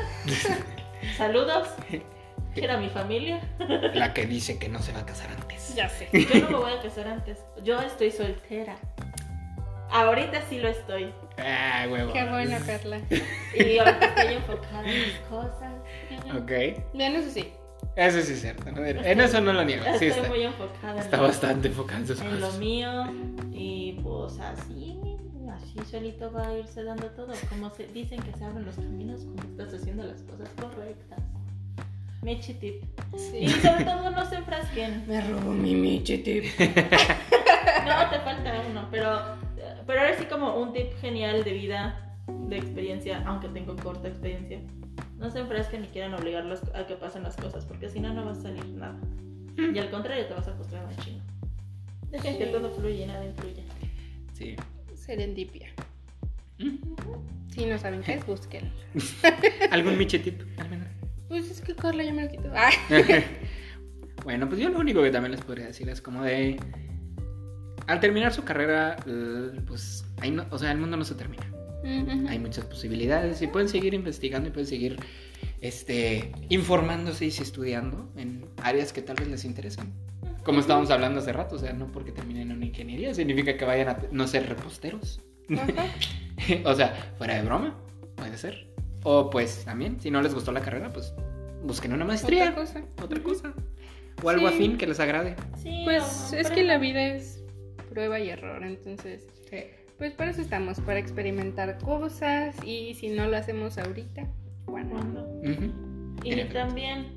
[SPEAKER 3] Saludos. Quiero a mi familia.
[SPEAKER 1] La que dice que no se va a casar antes.
[SPEAKER 2] Ya sé.
[SPEAKER 3] Yo no me voy a casar antes. Yo estoy soltera. Ahorita sí lo estoy.
[SPEAKER 1] Ah, huevo.
[SPEAKER 2] Qué bueno, Carla.
[SPEAKER 3] Y ahorita estoy enfocada en mis cosas.
[SPEAKER 1] Ok.
[SPEAKER 2] Vean eso sí.
[SPEAKER 1] Eso sí es cierto. ¿no? En eso no lo niego. Sí
[SPEAKER 3] Estoy
[SPEAKER 1] está.
[SPEAKER 3] muy enfocada
[SPEAKER 1] Está
[SPEAKER 3] en, lo,
[SPEAKER 1] bastante enfocado en sus
[SPEAKER 3] en lo
[SPEAKER 1] cosas.
[SPEAKER 3] mío. Y pues así, así solito va a irse dando todo. Como se, dicen que se abren los caminos cuando estás haciendo las cosas correctas. Mechi tip. Y
[SPEAKER 2] Sí.
[SPEAKER 3] sobre todo no se enfrasquen.
[SPEAKER 2] Me robó mi miche, tip.
[SPEAKER 3] No, te falta uno, pero, pero ahora sí como un tip genial de vida, de experiencia, aunque tengo corta experiencia. No se enfrasquen ni quieran obligarlos a que pasen las cosas, porque si no, no va a salir nada. Y al contrario, te vas a frustrar más chino. Dejen que
[SPEAKER 2] Mm. Sí.
[SPEAKER 3] todo fluya y nada influya.
[SPEAKER 1] Sí.
[SPEAKER 2] Serendipia.
[SPEAKER 1] Mm.
[SPEAKER 2] Si no saben qué es, búsquenlo.
[SPEAKER 1] ¿Algún miche tip? Almendra?
[SPEAKER 2] Pues es que Carla ya me lo quitó. Ah,
[SPEAKER 1] bueno, pues yo lo único que también les podría decir es como de... Al terminar su carrera, eh, pues, ahí no- o sea, el mundo no se termina.
[SPEAKER 2] ujú.
[SPEAKER 1] hay muchas posibilidades y pueden seguir investigando y pueden seguir este, informándose y sí estudiando en áreas que tal vez les interesen. Como estábamos hablando hace rato, o sea, no porque terminen en una ingeniería significa que vayan a te- no ser reposteros.
[SPEAKER 2] Ajá.
[SPEAKER 1] o sea, fuera de broma, puede ser. O pues también, si no les gustó la carrera, pues busquen una maestría,
[SPEAKER 2] Otra cosa.
[SPEAKER 1] otra cosa. O algo
[SPEAKER 2] Sí.
[SPEAKER 1] afín que les agrade.
[SPEAKER 3] Sí,
[SPEAKER 2] Pues
[SPEAKER 3] o-
[SPEAKER 2] es
[SPEAKER 3] por
[SPEAKER 2] que la
[SPEAKER 3] ejemplo,
[SPEAKER 2] vida es prueba y error, entonces pues para eso estamos, para experimentar cosas y si no lo hacemos ahorita, bueno.
[SPEAKER 3] cuando-
[SPEAKER 1] Ujú.
[SPEAKER 3] Y
[SPEAKER 1] Tiene que-
[SPEAKER 3] también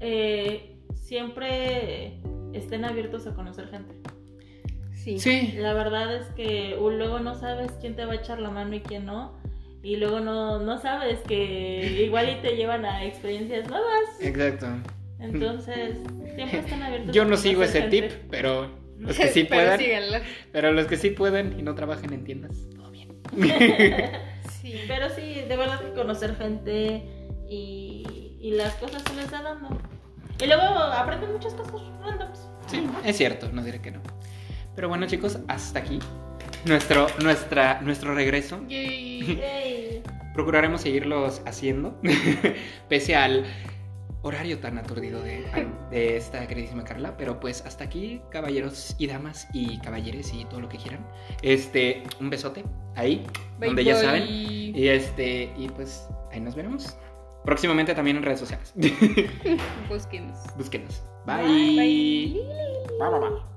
[SPEAKER 3] eh, siempre estén abiertos a conocer gente.
[SPEAKER 2] Sí.
[SPEAKER 1] Sí.
[SPEAKER 3] La verdad es que uh, luego no sabes quién te va a echar la mano y quién no. Y luego no, no sabes que igual y te llevan a experiencias nuevas.
[SPEAKER 1] Exacto.
[SPEAKER 3] Entonces, siempre están abiertos.
[SPEAKER 1] Yo
[SPEAKER 3] a
[SPEAKER 1] no sigo
[SPEAKER 3] conocer
[SPEAKER 1] ese tip,
[SPEAKER 3] gente.
[SPEAKER 1] pero los que sí
[SPEAKER 2] Pero
[SPEAKER 1] puedan,
[SPEAKER 2] síganlo.
[SPEAKER 1] Pero los que sí pueden y no trabajen en tiendas, todo bien.
[SPEAKER 2] Sí.
[SPEAKER 3] Pero sí, de verdad que conocer gente y, y las cosas se les da dando. Y luego aprenden muchas cosas randoms.
[SPEAKER 2] Ah.
[SPEAKER 1] Sí, es cierto, no diré que no. Pero bueno, chicos, hasta aquí nuestro, nuestra, nuestro regreso.
[SPEAKER 2] Yay.
[SPEAKER 3] Yay.
[SPEAKER 1] Procuraremos seguirlos haciendo, pese al horario tan aturdido de, de esta queridísima Carla. Pero pues hasta aquí, caballeros y damas y caballeres y todo lo que quieran. Este, un besote ahí,
[SPEAKER 2] Bye,
[SPEAKER 1] donde ya
[SPEAKER 2] bye.
[SPEAKER 1] saben. Y este, y pues ahí nos veremos. Próximamente también en redes sociales.
[SPEAKER 2] Búsquenos.
[SPEAKER 1] Búsquenos.
[SPEAKER 3] Bye.
[SPEAKER 1] Bye. Bye, bye, bye.